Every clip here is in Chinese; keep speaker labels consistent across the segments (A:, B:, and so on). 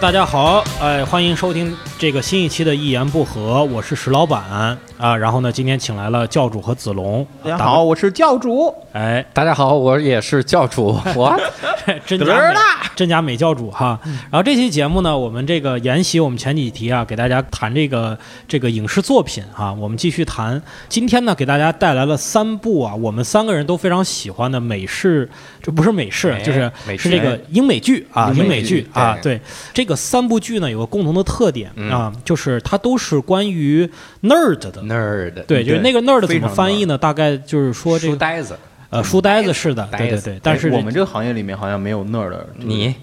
A: 大家好，哎，欢迎收听这个新一期的《一言不合》，我是石老板啊。然后呢，今天请来了教主和子龙。啊
B: 大家好，我是教主。
A: 哎，
C: 大家好，我也是教 主，我
A: 真假美真假美教主哈。然后这期节目呢，我们这个沿袭我们前几题啊，给大家谈这个这个影视作品哈、我们继续谈。今天呢，给大家带来了三部啊，我们三个人都非常喜欢的美式，这不是美式啊
C: 哎，
A: 就是
C: 美剧
A: 是这个英美剧啊，
C: 英
A: 英
C: 美
A: 美
C: 剧
A: 剧啊。对，这个三部剧呢，有个共同的特点啊，就是它都是关于 nerd
C: 嗯
A: 的。
C: nerd，
A: 对，就是那个 nerd
B: 非
A: 怎么
B: 常
A: 翻译呢？大概就是说这
C: 书
A: 个
C: 呆子，
A: 呃书呆子似的，对
C: 呆
A: 对
C: 子
A: 对。但是
B: 哎我们这个行业里面好像没有那儿的。就是
C: 你
A: 嗯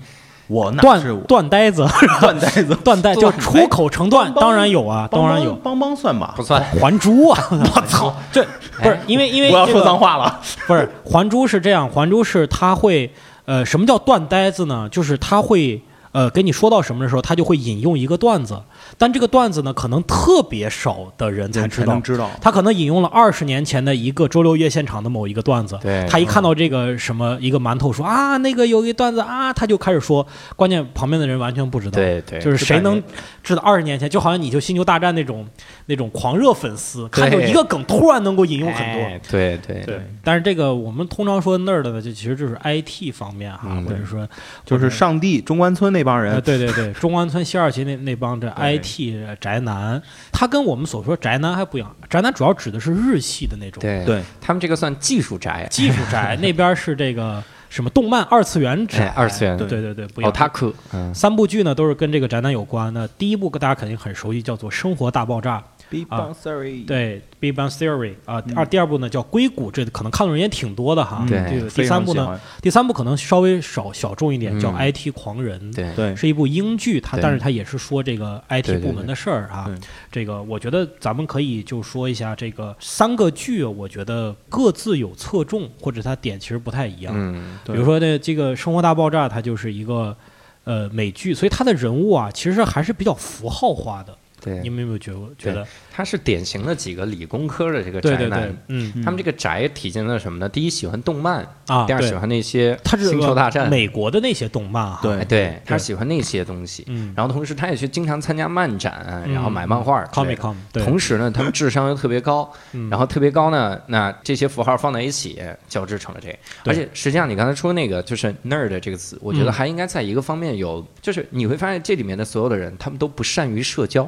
B: 我那是
A: 断
B: 我
A: 断呆子，
B: 断呆子，
A: 断代就出口成段，
B: 邦邦
A: 当然有啊，当然有。
B: 邦邦算吧
C: 不。算，
A: 《还珠》 啊，我操， 这不是因为因为
B: 哎我要
A: 这
B: 说
A: 个
B: 脏话了，
A: 不是《还珠》是这样，《还珠》是他会呃，什么叫断呆子呢？就是他会呃跟你说到什么的时候，他就会引用一个段子，但这个段子呢，可能特别少的人才知
B: 才
A: 道
B: 能。知道。
A: 他可能引用了二十年前的一个周六夜现场的某一个段子，
C: 对
B: 嗯
A: 他一看到这个什么一个馒头说啊，那个有一段子啊，他就开始说，关键旁边的人完全不知道，
C: 对对，
A: 就是谁能知道二十年前，就好像你就《星球大战》那种那种狂热粉丝，看到一个梗突然能够引用很多。
C: 哎对对
A: 对，但是这个我们通常说 nerd 呢，就其实就是 IT 方面哈，
C: 嗯
A: 或者说
B: 就是上帝中关村那帮
A: 呃，
B: 人，
A: 对对对，中关村西二旗那那帮这 IT 宅男，他跟我们所说宅男还不一样，宅男主要指的是日系的那种
C: 对
B: 对，
C: 他们这个算技术宅，啊
A: 技术宅，那边是这个什么动漫二次元宅，
C: 哎二次元
A: 对对对，不一
C: 哦，
A: 样。
C: 他酷，嗯，
A: 三部剧呢都是跟这个宅男有关的，第一部大家肯定很熟悉，叫做《生活大爆炸》。
B: Big Bang Theory，
A: 对《Big Bang Theory》啊，第二第二部呢叫《硅谷》，这可能看的人也挺多的哈。
B: 嗯
C: 嗯对
A: 啊个第
B: 非常
A: 三部
B: 喜
A: 呢，
B: 欢，
A: 第三部可能稍微少小众一点，叫《
C: 嗯
A: IT 狂人》。
C: 对
B: 对，
A: 是一部英剧，它
C: 对
A: 但是它也是说这个 IT
C: 对对
A: 部门的事儿啊
B: 对。
A: 这个我觉得咱们可以就说一下这个三个剧，我觉得各自有侧重，或者它点其实不太一样。
C: 嗯，
A: 比
B: 对
A: 如说呢，这个《生活大爆炸》，它就是一个呃美剧，所以它的人物啊，其实还是比较符号化的。你
C: 对，
A: 们有没有觉觉得？
C: 他是典型的几个理工科的这个
A: 对
C: 宅
A: 对对
C: 男，，
A: 嗯
C: 他们这个宅体现在什么呢？第一喜欢动漫，
A: 啊，
C: 第二
A: 对
C: 喜欢那些
A: 他是呃
C: 星球大战，
A: 美国的那些动漫哈。
B: 嗯对
C: 哎，对，他喜欢那些东西，
A: 嗯
C: 然后同时他也去经常参加漫展，
A: 嗯
C: 然后买漫画之类
A: ，Comic
C: 的。
A: Con，对，
C: 同时呢，他们智商又特别高，
A: 嗯
C: 然后特别高呢，那这些符号放在一起交织成了这个。
A: 对
C: 而且实际上，你刚才说那个就是 “nerd” 这个词，我觉
A: 嗯
C: 得还应该在一个方面有，就是你会发现这里面的所有的人，他们都不善于社交，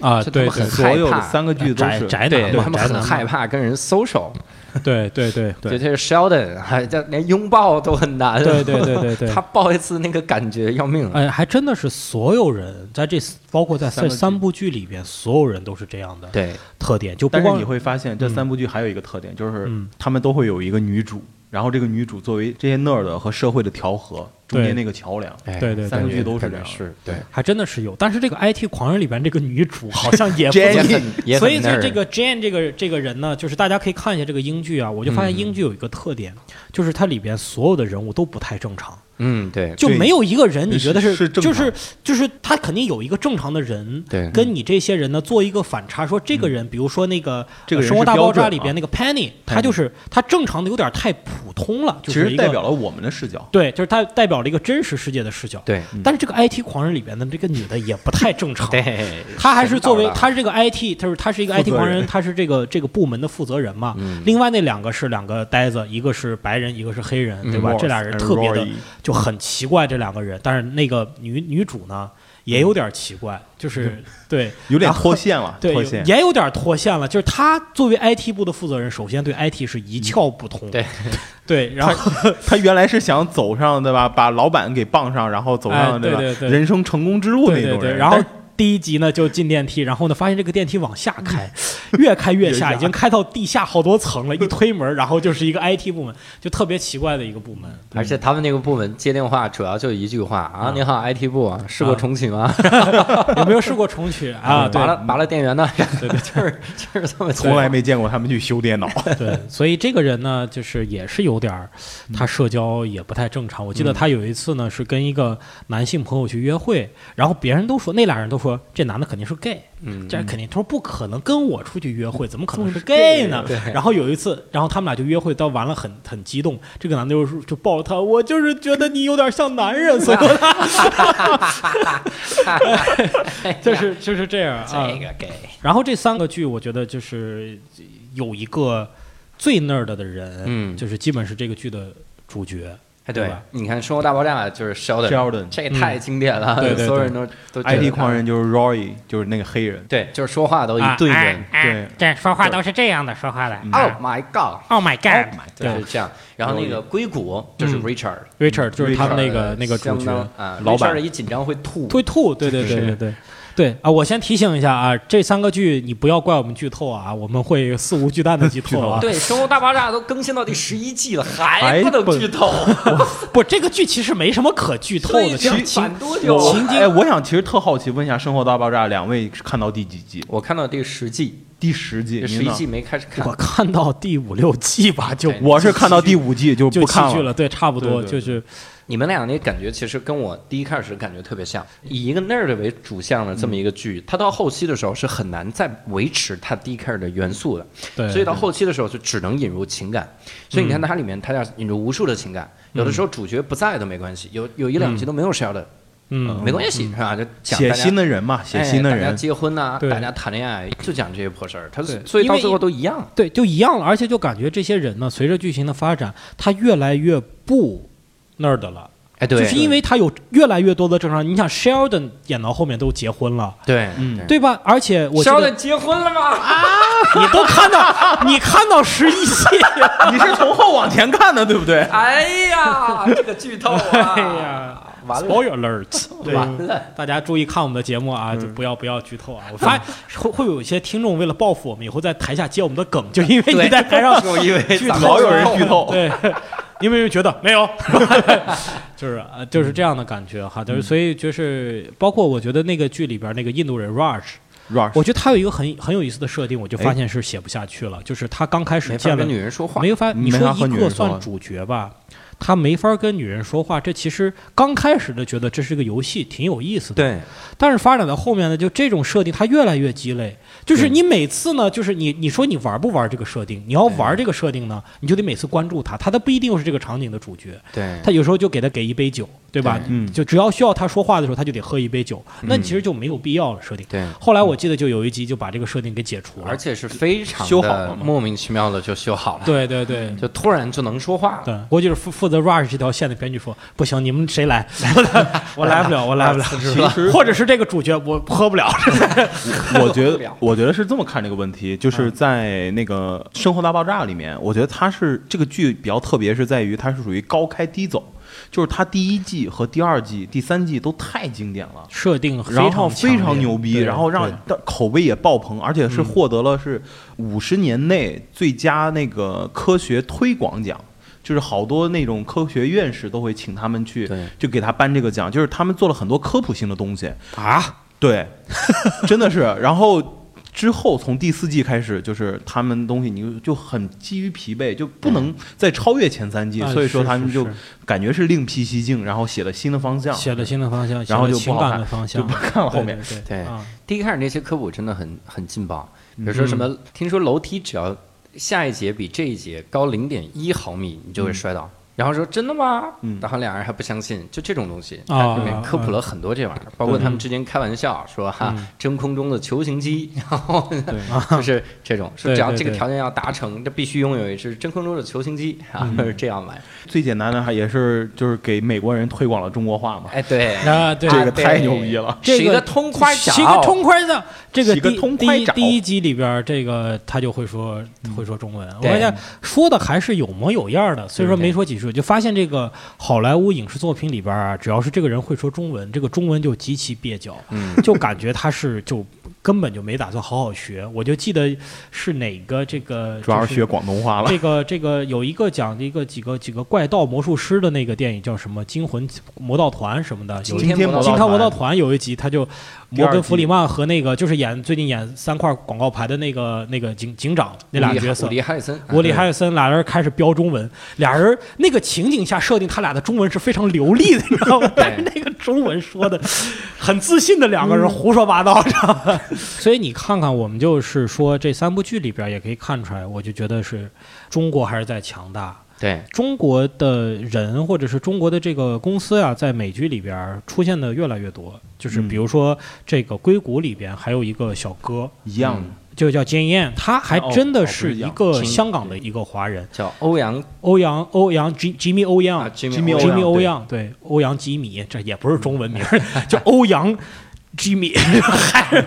A: 啊，
C: 就他
A: 对
C: 们
A: 对
C: 很，
B: 所有
C: 害
B: 的
C: 怕
B: 三个剧都
A: 啊宅
B: 是
A: 宅
C: 对
A: 男嘛，
C: 他们
A: 哎宅
C: 很
A: 男
C: 害
A: 嘛，
C: 怕跟人 social，
A: 对对对
B: 对
C: 就这是 Sheldon，还这连拥抱都很难，
A: 对对对对对
C: 他。抱一次那个感觉要命。啊
A: 哎，还真的是所有人在这，包括在这
B: 三个剧
A: 三部剧里边，所有人都是这样的
C: 对，
A: 特点，就不
B: 但是
A: 光
B: 你会发现，这
A: 嗯
B: 三部剧还有一个特点，就是
A: 嗯
B: 他们都会有一个女主，然后这个女主作为这些 nerd 和社会的调和中
A: 对
B: 间那个桥梁。
C: 哎
A: 对对对
B: 三个剧都是
C: 感
B: 这
C: 觉
B: 样的
C: 是对，
A: 还真的是有。但是这个 IT 狂人里边这个女 主好像也不
B: Jenny
C: 也
A: 怎么
C: 很也
A: 所
C: 很
A: 以，所以
C: nerd
A: 这个 Jane 这个这个人呢，就是大家可以看一下这个英剧啊，我就发
C: 嗯
A: 现英剧有一个特点，就是它里边所有的人物都不太正常，
C: 嗯对
A: 就没有一个人你觉得
B: 是是正
A: 就
B: 常
A: 是就是他肯定有一个正常的人，
C: 对
A: 跟你这些人呢做一个反差，说这个人，比如说那个
B: 这个
A: 呃
B: 人
A: 生活
B: 是
A: 大
B: 标
A: 爆炸
B: 准
A: 里边
B: 啊
A: 那个 Penny，他就是他正常的有点太普通了，就
B: 其
A: 是
B: 实
A: 一个
B: 代表了我们的视角，
A: 对，就是他代表了一个真实世界的视角。
C: 对
A: 但是这个 IT 狂人里边的这个女的也不太正常，
C: 对，
A: 他还是作为
C: 神叨叨
A: 他是这个 IT，他是他是一个
B: 负
A: IT
B: 责人
A: 狂人，他是这个这个部门的负责人嘛。
C: 嗯
A: 另外那两个是两个呆子，一个是白人，一个是黑人，对吧？
B: Ross
A: 这俩人特别
B: and
A: 的
B: Rory
A: 就很奇怪，这两个人。但是那个女女主呢，也有点奇怪，就是 对
B: 有点
A: 然后
B: 脱线了，
A: 对
B: 嗯脱线，
A: 也有点脱线了。就是她作为 IT 部的负责人，首先对 IT 是一窍不通，
C: 对
A: 对，然后
B: 他原来是想走上对吧，把老板给傍上，然后走上、
A: 哎
B: 吧
A: 对对对
B: 人生成功之路那
A: 对
B: 种
A: 对
B: 人。
A: 对，然后
B: 但是
A: 第一集呢就进电梯，然后呢发现这个电梯往下 开，越开越下，
B: 越下
A: 已经开到地下好多层了。一推门，然后就是一个 IT 部门，就特别奇怪的一个部门。
C: 而且他们那个部门接电话主要就一句话
A: 嗯
C: 啊，你好，IT 部啊，试过重启吗？
A: 有没有试过重启 啊？对
C: 拔了拔了电源呢，
A: 对对
C: 就是就是这么
B: 从来没见过他们去修电脑，
A: 对，所以这个人呢，就是也是有点儿，
C: 嗯
A: 他社交也不太正常。我记得他有一次呢，是跟一个男性朋友去约会，然后别人都说那俩人都说这男的肯定是 gay，
C: 嗯
A: 这肯定他说不可能跟我出出去约会，怎么可
B: 怎
A: 能是
B: 么是
A: gay
B: gay
A: 呢？
C: 对
A: 然后有一次，然后他们俩就约会，到完了很很激动，这个男的就是就抱着她，我就是觉得你有点像男人，
C: 哎
A: 所以我 就是就是这样啊。
C: 哎这个给
A: 然后这三个剧，我觉得就是有一个最 nerd 的人，
C: 嗯
A: 就是基本是这个剧的主角。
C: 哎
A: 对
C: 对
A: 吧，
C: 你看《生活大爆炸》就是 Sheldon，
B: Sheldon
C: 这个太经典了，
A: 嗯对对
C: 所有人都都觉得
B: IT 狂人就是 Roy，就是那个黑人。
C: 对，就是说话
A: 啊
C: 都一堆人。
A: 哎
B: 对
A: 对，说话都是这样的说话的。
C: Oh my god！
A: 哎 Oh my
C: Oh
A: god！
C: my god，就是这样。然后那个硅谷就是 Richard，
A: Richard 就是嗯他们那
C: Richard，
A: 个那个主
C: 相
A: 角
C: 当啊，
B: 老板
C: Richard 一紧张会吐，
A: 会吐，对对对对对。对啊，我先提醒一下啊，这三个剧你不要怪我们剧透啊，我们会肆无忌惮的剧透啊。嗯
C: 对，《生活大爆炸》都更新到第十一季了，还
B: 还
C: 不能
B: 不
C: 剧透，
A: 不，这个剧其实没什么可剧透
C: 所以
A: 的，
C: 就
A: 其
C: 反
A: 情
C: 多
A: 我
C: 久？
A: 情景
B: 哎，我想其实特好奇，问一下《生活大爆炸》两位是看到第几季？
C: 我看到第十季，
B: 第十季？
C: 这十
B: 您
C: 一
B: 呢
C: 季？没开始看
A: 我，看到第五六季吧，就
C: 对
B: 我是看到第五季就
A: 就
B: 不
A: 弃
B: 看
A: 剧了，对，差不多
B: 对对
A: 就是
C: 你们俩那感觉其实跟我第一开始感觉特别像，以一个 nerd 为主项的这
A: 嗯
C: 么一个剧，它到后期的时候是很难再维持它第一开始的元素的，
A: 对，嗯
C: 所以到后期的时候就只能引入情感。所以你看它里面，它要引入无数的情感，有的时候主角不在都没关系，有有一两集都没有 s h e l d
A: 嗯，
C: 没关系是吧？就讲
B: 写
C: 大家
B: 新的人嘛，写新的
C: 哎大家
B: 人。
C: 结婚呐、
A: 对
C: 大家谈恋爱，就讲这些破事儿。他
A: 对
C: 所以
A: 因为
C: 到最后都一样。
A: 对，就一样了。而且就感觉这些人呢，随着剧情的发展，他越来越不 nerd 了，
C: 哎，对，
A: 就是因为他有越来越多的正常。你想，Sheldon 演到后面都结婚了，
C: 对，
B: 嗯
A: 对吧？而且我记
C: 肖
A: 得
C: 的结婚了吗？
A: 你都看 到，你看到十一季，
B: 你是从后往前看的，对不对？
C: 哎 呀，这个剧透啊！
A: 哎呀，
C: 完了。
A: ，spoiler alert，对 吧
C: 完？了，嗯
A: 大家注意看我们的节目啊，就不要不要剧透啊！我 发现会会有一些听众为了报复我们，以后在台下接我们的梗，就因为你在台上
C: 就因为
A: 剧透
C: 咱们
B: 老有人剧透
A: 对，因为觉得没 有，就是呃就是这样的感觉哈。
B: 嗯
A: 就是所以就是包括我觉得那个剧里边那个印度人 Raj，
B: Rush，
A: 我觉得他有一个很很有意思的设定，我就
B: 哎
A: 发现是写不下去了，就是他刚开始
C: 没法
A: 见了
C: 跟女人说话，
A: 没法，你
B: 没
A: 说
B: 法和
A: 一
B: 女
A: 克
B: 人说话
A: 算主角吧，他没法跟女人说话。这其实刚开始的觉得这是个游戏，挺有意思的。
C: 对，
A: 但是发展到后面呢，就这种设定它越来越鸡肋。就是
B: 对
A: 你每次呢，就是你你说你玩不玩这个设定？你要玩这个设定
C: 嗯
A: 呢，你就得每次关注他，他都不一定是这个场景的主角。
C: 对，
A: 他有时候就给他给一杯酒，对吧？
C: 嗯对嗯
B: 嗯
A: 就只要需要他说话的时候，他就得喝一杯酒。那其实就没有必要了设定。
C: 对
A: 后来我记得就有一集就把这个设定给解除了
C: 而。且是非常
B: 修好了
C: 的
B: 吗
C: 莫名其妙的就修好了，，
A: 对对对，
C: 嗯就突然就能说话了。
A: 对，我就是负负责 Rush 这条线的编剧说，不行，你们谁来？ 我来我来不了，我 来不了，或者是这个主角我喝不了。
B: 我觉
C: 受不
B: 得
C: 了，嗯
B: 我觉得是这么看这个问题，就是在那个《生活大爆炸》里面，我觉得它是这个剧比较特别，是在于它是属于高开低走，就是它第一季和第二季、第三季都太经典了。
A: 设定非
B: 然
A: 常
B: 后非常牛逼，然后让但口碑也爆棚，而
C: 嗯
B: 且是获得了是五十年内最佳那个科学推广奖，就是好多那种科学院士都会请他们去
C: 对，
B: 就给他颁这个奖，就是他们做了很多科普性的东西，
A: 啊，
B: 对， 真的是。然后之后从第四季开始，就是他们东西你就就很基于疲惫，就不能再超越前三季，
A: 哎
B: 所以说
A: 是
B: 他们
A: 是
B: 就是感觉是另辟蹊径，然后写了新的方向，
A: 写了新的方向，
B: 然后
A: 写了
B: 就
A: 情
B: 不好看
A: 感的方
B: 就
A: 向
B: 不，看了后面。
A: 对
C: 对
A: 啊
C: 第一开始那些科普真的很很劲爆，
A: 嗯
C: 比如说什么，听说楼梯只要下一节比这一节高零点一毫米，你就会摔倒。
A: 嗯
C: 然后说真的吗？
B: 嗯
C: 然后俩人还不相信，就这种东西，
A: 啊嗯
C: 它里面科普了很多这玩意儿，包括他们之间开玩笑说哈，真空中的球形机，然后 就是这种，说
A: 对
C: 只要
A: 对
C: 这个
A: 对
C: 条件要达成，这必须拥有一只真空中的球形机啊，
A: 嗯
C: 是这样买。
B: 最简单的还也是就是给美国人推广了中国话嘛，
C: 哎，对，
A: 啊，对
B: 这
C: 啊
B: 个
C: 对
B: 太牛逼了
A: 这
C: 洗个通快脚，
A: 洗个通快脚，这个
B: 洗个
A: 第
B: 通快脚嗯
A: 第一第一集里边，这个他就会说会说中文。我发现说的还是有模有样的，虽说没说几句，就发现这个好莱坞影视作品里边啊，只要是这个人会说中文，这个中文就极其蹩脚，
C: 嗯
A: 就感觉他是就根本就没打算好好学。我就记得是哪个这个
B: 主要
A: 就是
B: 学广东话了。
A: 这个这个有一个讲一个几个几个怪盗魔术师的那个电影叫什么《惊魂魔盗团》什么的，有一
C: 今天
B: 魔
A: 惊
B: 盗
A: 涛魔盗
B: 团
A: 团有一集，他就
B: 第
A: 摩
B: 二
A: 根弗
B: 季
A: 里曼和那个就是演最近演三块广告牌的那个那个警警长那俩
C: 伍
A: 角
C: 迪
A: 色
C: 伍，迪汉森，啊
A: 伯里·海尔森俩人开始飙中文，俩人那个情景下设定他俩的中文是非常流利 的，你知道吗？但是那个中文说的很自信的两个人胡说八道，知道吗？嗯 所以你看看，我们就是说这三部剧里边也可以看出来，我就觉得是中国还是在强大。
C: 对，
A: 中国的人或者是中国的这个公司啊，在美剧里边出现的越来越多。就是比如说这个硅谷里边还有一个小哥，
B: 一样的
C: 嗯
A: 就叫金燕，他还
B: 哦
A: 真
B: 哦
A: 的
B: 不是
A: 是
B: 一
A: 一
B: 样
A: 个
C: 金
A: 香港的一个华人，
C: 叫欧阳
A: 欧阳欧阳 G Jimmy 欧阳
C: 啊
B: ，Jimmy 欧阳
A: Jimmy 欧
B: 对
A: 阳，对，欧阳吉米，这也不是中文名儿，叫欧阳 Jimmy，还 是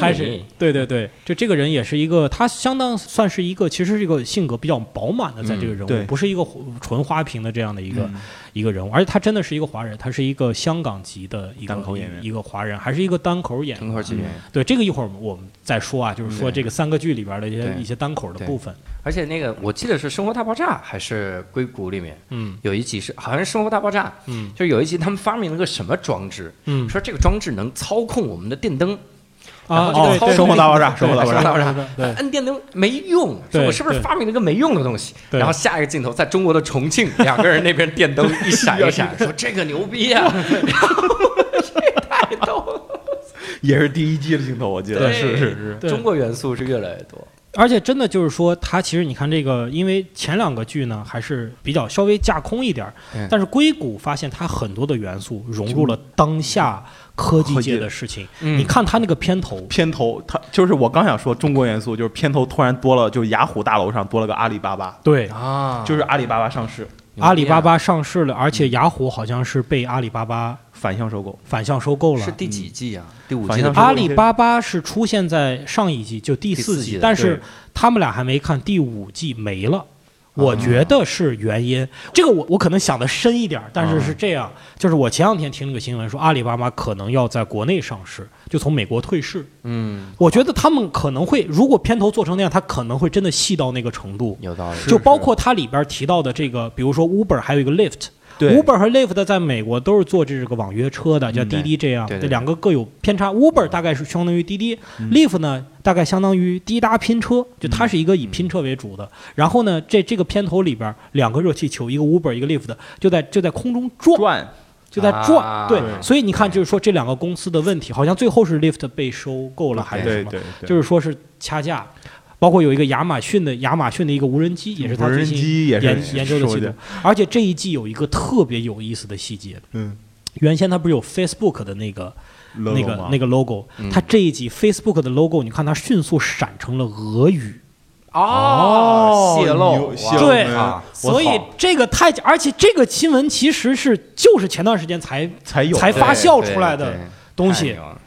A: 还是
C: Jimmy
A: 对对对，就这个人也是一个，他相当算是一个，其实是一个性格比较饱满的，在这个
C: 嗯
A: 人物，
B: 对
A: 不是一个纯花瓶的这样的一个、一个人物，而且他真的是一个华人，他是一个香港籍的一个
B: 单口演员
A: 一个华人，还是一个单口演员。
C: 陈口起源，
A: 对这个一会儿我们再说啊，就是说
C: 对
A: 这个三个剧里边的一些
C: 对
A: 一些单口的
C: 对
A: 部分，
C: 而且那个我记得是《生活大爆炸》还是《硅谷》里面
A: 嗯
C: 有一集是好像是《生活大爆炸》，
A: 嗯
C: 就是有一集他们发明了个什么装置，
A: 嗯
C: 说这个装置能操控我们的电灯，
A: 啊，
C: 然后
A: 对
C: 这个
A: 对对
B: 生活大爆炸，
A: 对
B: 生活大爆
A: 对
B: 炸，
C: 爆炸
A: 嗯对对对
C: 按电灯没用，说
A: 对
C: 我是不是
A: 对
C: 发明了一个没用的东西？
A: 对
C: 然后下一个镜头在中国的重庆，两个人那边电灯一闪 一闪，说这个牛逼啊，然后这太逗了，
B: 也是第一季的镜头，我记得
C: 对
B: 是是是，
A: 对
C: 中国元素是越来越多，
A: 而且真的就是说，它其实你看这个，因为前两个剧呢还是比较稍微架空一点儿
C: 嗯，
A: 但是硅谷发现它很多的元素融入了当下嗯科技界的事情。
C: 嗯
A: 你看它那个片头，
B: 片头，它就是我刚想说中国元素，就是片头突然多了，就是雅虎大楼上多了个阿里巴巴，
A: 对，
C: 啊
B: 就是阿里巴巴上市
A: 阿里巴巴上市了，而且雅虎好像是被阿里巴巴
B: 反向收购，
A: 反向收购
C: 是
A: 了。嗯
C: 第几季啊？第五
B: 反
C: 季的
B: 正
C: 时候
A: 阿里巴巴是出现在上一季，就第
C: 第
A: 四
C: 四
A: 季
C: 季的，啊
A: 但是
B: 对
A: 他们俩还没看第五季没了。我觉得是原因，这个我我可能想的深一点儿，但是是这
C: 啊
A: 样，就是我前两天听了个新闻说，阿里巴巴可能要在国内上市，就从美国退市。
C: 嗯，
A: 我觉得他们可能会，如果片头做成那样，他可能会真的细到那个程度。
C: 有道理，
A: 就包括它里边提到的这个，比如说 Uber 还有一个 Lyft。
B: 对嗯
A: Uber 和 Lyft 在美国都是做这个网约车的，叫滴滴这样，
C: 对对
A: 这
C: 对
A: 两个各有偏差。Uber 大概是相当于滴滴、l
B: 嗯
A: y f t 呢大概相当于滴答拼车，就它是一个以拼车为主的。然后呢，这这个片头里边两个热气球，一个 Uber 一个 Lyft 就在就在空中撞，
B: 转
A: 就在转。
C: 啊
A: 对，
C: 对
A: 所以你看，就是说这两个公司的问题，好像最后是 Lyft 被收购了还是哎什
B: 对
A: 么？
B: 对，对
A: 就是说是掐架，包括有一个亚马逊的亚马逊的一个无人机，也是他
B: 无
A: 最
B: 人
A: 近
B: 机也是
A: 研研究的
B: 说
A: 系统。而且这一季有一个特别有意思的细节，
B: 嗯，
A: 原先它不是有 Facebook 的那个那
B: logo
A: 个
B: 吗
A: 那个 logo，它这一季 Facebook 的 logo，你看它迅速闪成了俄语，
C: 哦，泄露
B: 牛
C: 哇
B: 泄露
A: 对
B: 门
C: 啊
B: 我
A: 所以
B: 操
A: 这个太，而且这个新闻其实是就是前段时间才
B: 才有
A: 才
B: 的
A: 发酵
C: 对
A: 出来
C: 对
A: 的
C: 对
A: 东
C: 太
A: 西
C: 牛。了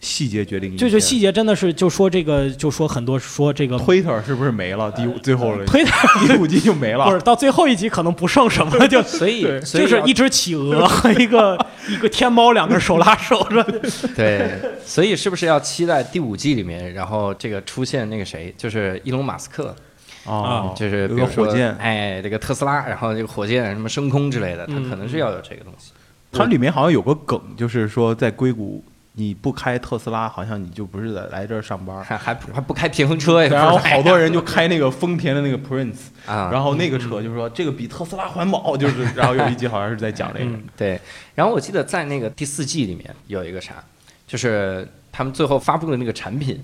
B: 细节决定一切，
A: 这就细节真的是，就说这个，就说很多说这个
B: Twitter 是不是没了？第五最后了，
A: 推特
B: 第五季就没
A: 呃 不
B: 了
A: 是，到最后一集可能不剩什么了，就
C: 所以所以
A: 就是
C: 要
A: 一只企鹅和一个一个天猫，两个手拉手是吧？
C: 对， 所以是不是要期待第五季里面，然后这个出现那个谁，就是伊隆马斯克，
B: 啊
C: 就是
B: 有
C: 比
B: 个
C: 如说
B: 火箭，
C: 哎，这个特斯拉，然后这个火箭什么升空之类的，它可能是要有这个东西。
B: 它里面好像有个梗，就是说在硅谷你不开特斯拉，好像你就不是来来这儿上班。
C: 还还不还不开平衡 车，也不
B: 然后
C: 知道
B: 好多人就开那个丰田的那个 Prince，
C: 啊
B: 然后那个车就说这个比特斯拉环保，就是然后有一集好像是在讲这
A: 嗯
B: 个，
C: 对，然后我记得在那个第四季里面有一个啥，就是他们最后发布的那个产品，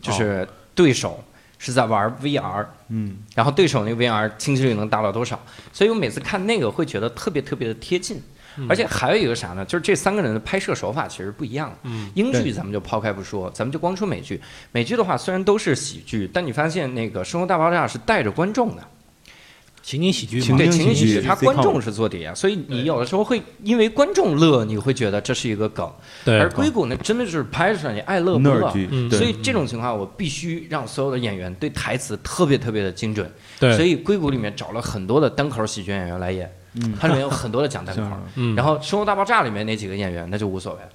C: 就是对手是在玩 VR，
B: 嗯，
C: 然后对手那个 VR 清晰率能达到多少？所以我每次看那个会觉得特别特别的贴近。
B: 嗯
C: 而且还有一个啥呢？就是这三个人的拍摄手法其实不一样。嗯，英剧咱们就抛开不说，咱们就光说美剧。美剧的话，虽然都是喜剧，但你发现那个《生活大爆炸》是带着观众的，
A: 情景喜剧
B: 嘛
C: 对
B: 情景
C: 景
B: 喜剧
C: 剧，它
B: sitcom
C: 观众是做底啊，所以你有的时候会因为观众乐，你会觉得这是一个梗。
A: 对
C: 而硅谷呢，真的就是拍出来你爱乐不
B: 那
C: 乐
B: 儿。剧，
A: 嗯
B: 对
C: 所以这种情况，我必须让所有的演员对台词特别特别的精准。
A: 对
C: 所以硅谷里面找了很多的单口喜剧演员来演，它里面有很多的讲单口
B: 是啊。
A: 嗯
C: 然后《生活大爆炸》里面那几个演员那就无所谓了。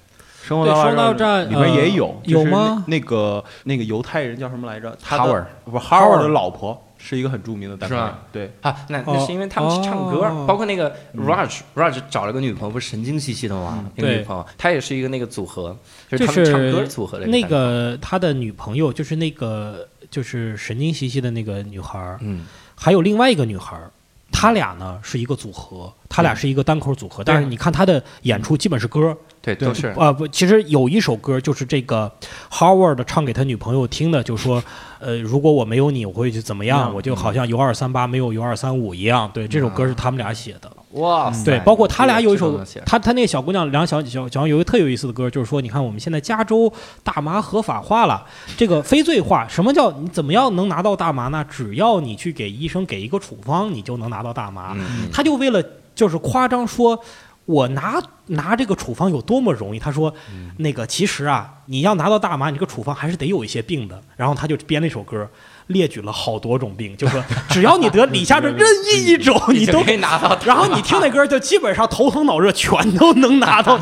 B: 生活
A: 对
B: 大
A: 生活大爆炸
B: 里面也有
A: 呃，
B: 就
A: 有
B: 是
A: 吗
B: 那那个那个犹太人叫什么来着？他的
C: Howard
B: 不是 Howard
A: Howard
B: 的老婆是一个很著名的单口
C: 是
B: 演
C: 吗
B: 员，对，
C: 啊，那那是因为他们去唱歌，
A: 哦
C: 包括那个 Raj、Raj 找了个女朋友，不是神经兮兮的吗？那
A: 嗯
C: 个
A: 对
C: 女朋友，她也是一个那个组合，就
A: 就
C: 他们唱歌
A: 是
C: 组合的一
A: 那
C: 单口
A: 个他的女朋友，就是那个就是神经兮兮的那个女孩儿，
C: 嗯，
A: 还有另外一个女孩儿，他俩呢是一个组合，他俩是一个单口组合，但是你看他的演出基本是歌，
C: 对，都是
A: 啊不，其实有一首歌就是这个 Howard 唱给他女朋友听的，就说，呃，如果我没有你，我会去怎么样？
B: 嗯
A: 我就好像有二三八没有有二三五一样。对，这首歌是他们俩写的。
C: 哇塞，
A: 对，包括他俩有一
C: 这
A: 首
C: 种写，
A: 他他那个小姑娘梁小小小有一个特有意思的歌，就是说，你看我们现在加州大麻合法化了，这个非罪化，什么叫你怎么样能拿到大麻呢？只要你去给医生给一个处方，你就能拿到大麻。
C: 嗯，
A: 他就为了就是夸张说，我拿拿这个处方有多么容易。他说，那个其实啊，你要拿到大麻，你这个处方还是得有一些病的。然后他就编了一首歌，列举了好多种病，就说只要你得以下这任意一种，你
C: 就
A: 都
C: 可以拿到。
A: 然后你听那歌，就基本上头疼脑热全都能拿 到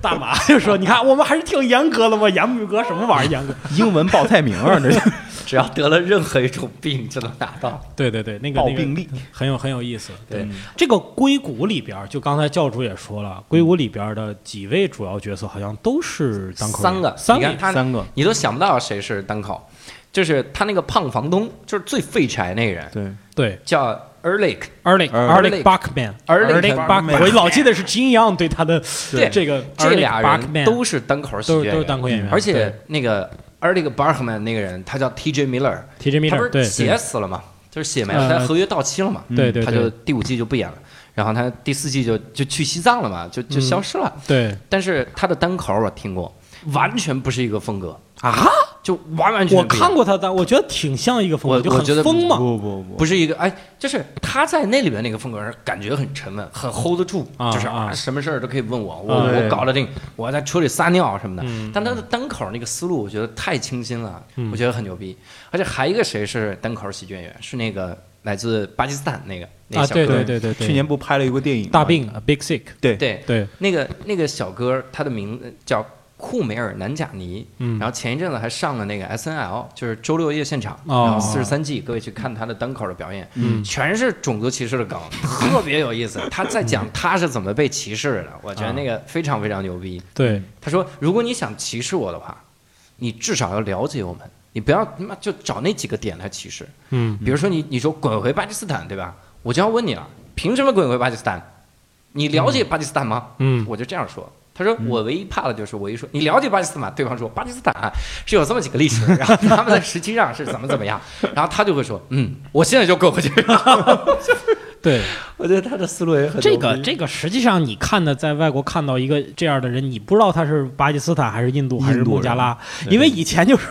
A: 大麻。就说你看，我们还是挺严格的嘛，严不严格什么玩意儿严格？
B: 英文报菜名啊， 这是
C: 只要得了任何一种病就能拿到。
A: 对对对，那个
B: 报
A: 那个
B: 病例。
A: 很有很有意思。
C: 对
A: 嗯，这个硅谷里边儿，就刚才教主也说了，硅谷里边儿的几位主要角色好像都是当口
C: 三个，
A: 三
C: 你看
A: 个，
C: 他
B: 三个，
C: 你都想不到谁是单口，就是他那个胖房东，就是最废柴那人，
B: 对，
A: 对
C: 叫 Erlich，
A: ，Erlich
B: Erlich
A: Erlich Bachman。
C: Erlich
A: Bachman，
B: Bachman
A: 我老记得是金 i 对他的
C: 对
A: 这个
C: 这俩
A: Erlich Bachman
C: 人都是单口喜
A: 都
C: 剧
A: 是
C: 演
A: 都是
C: 员，
A: 当口演员，
C: 而且那个 Erlich Bachman 那个人，他叫 T.J. Miller，
A: 对 TJ
C: 他
A: Miller
C: 不
A: 对
C: 是写死了吗？就是写没了，
A: 呃
C: 他合约到期了嘛，
A: 对对
C: 他就第五季就不演了，然后他第四季就就去西藏了嘛，就
A: 嗯
C: 就消失了。
A: 对
C: 但是他的单口我听过，完全不是一个风格，
A: 啊，
C: 就完完全
A: 我
C: 不一样
A: 看过他的，我觉得挺像一个风格，
C: 我
A: 就
C: 我觉
A: 很
C: 得
A: 疯嘛
B: 不不不，
C: 不是一个哎，就是他在那里面那个风格上，感觉很沉稳，很 hold 得住，
A: 啊
C: 就是
A: 啊
C: 什么事儿都可以问我，我
A: 啊
B: 对
C: 我搞了定，我在车里撒尿什么的
A: 嗯。
C: 但他的单口那个思路，我觉得太清新了，我觉得很牛逼。而且还一个谁是单口喜剧演员，是那个来自巴基斯坦那个那
A: 啊，
C: 个小
A: 对
C: 哥，
A: 对对对对，
B: 去年不拍了一个电影吗
A: 大病啊
C: 嗯
A: Big Sick，
B: 对
C: 对
A: 对，
C: 那个那个小哥，他的名字叫库梅尔南贾尼，
A: 嗯
C: 然后前一阵子还上了那个 S N L，就是周六夜现场，
A: 哦
C: 然后四十三季，各位去看他的单口的表演，
A: 嗯
C: 全是种族歧视的梗，特别有 意思。他在讲他是怎么被歧视的，我觉得那
A: 啊
C: 个非常非常牛逼。
A: 对
C: 他说，如果你想歧视我的话，你至少要了解我们，你不要他妈就找那几个点来歧视。
A: 嗯
C: 比如说你你说滚回巴基斯坦，对吧？我就要问你了，凭什么滚回巴基斯坦？你了解巴基斯坦吗？
A: 嗯
C: 我就这样说。他说：“我唯一怕的就是我一说你了解巴基斯坦吗，对方说巴基斯坦啊是有这么几个历史，然后他们在十七上是怎么怎么样，然后他就会说，嗯，我现在就滚回去。
A: 对，
C: 我觉得他的思路也很
A: 这
C: 牛逼
A: 个这个实际上你看的，在外国看到一个这样的人，你不知道他是巴基斯坦还是印度还是孟加拉，
B: 人
A: 因为以前就是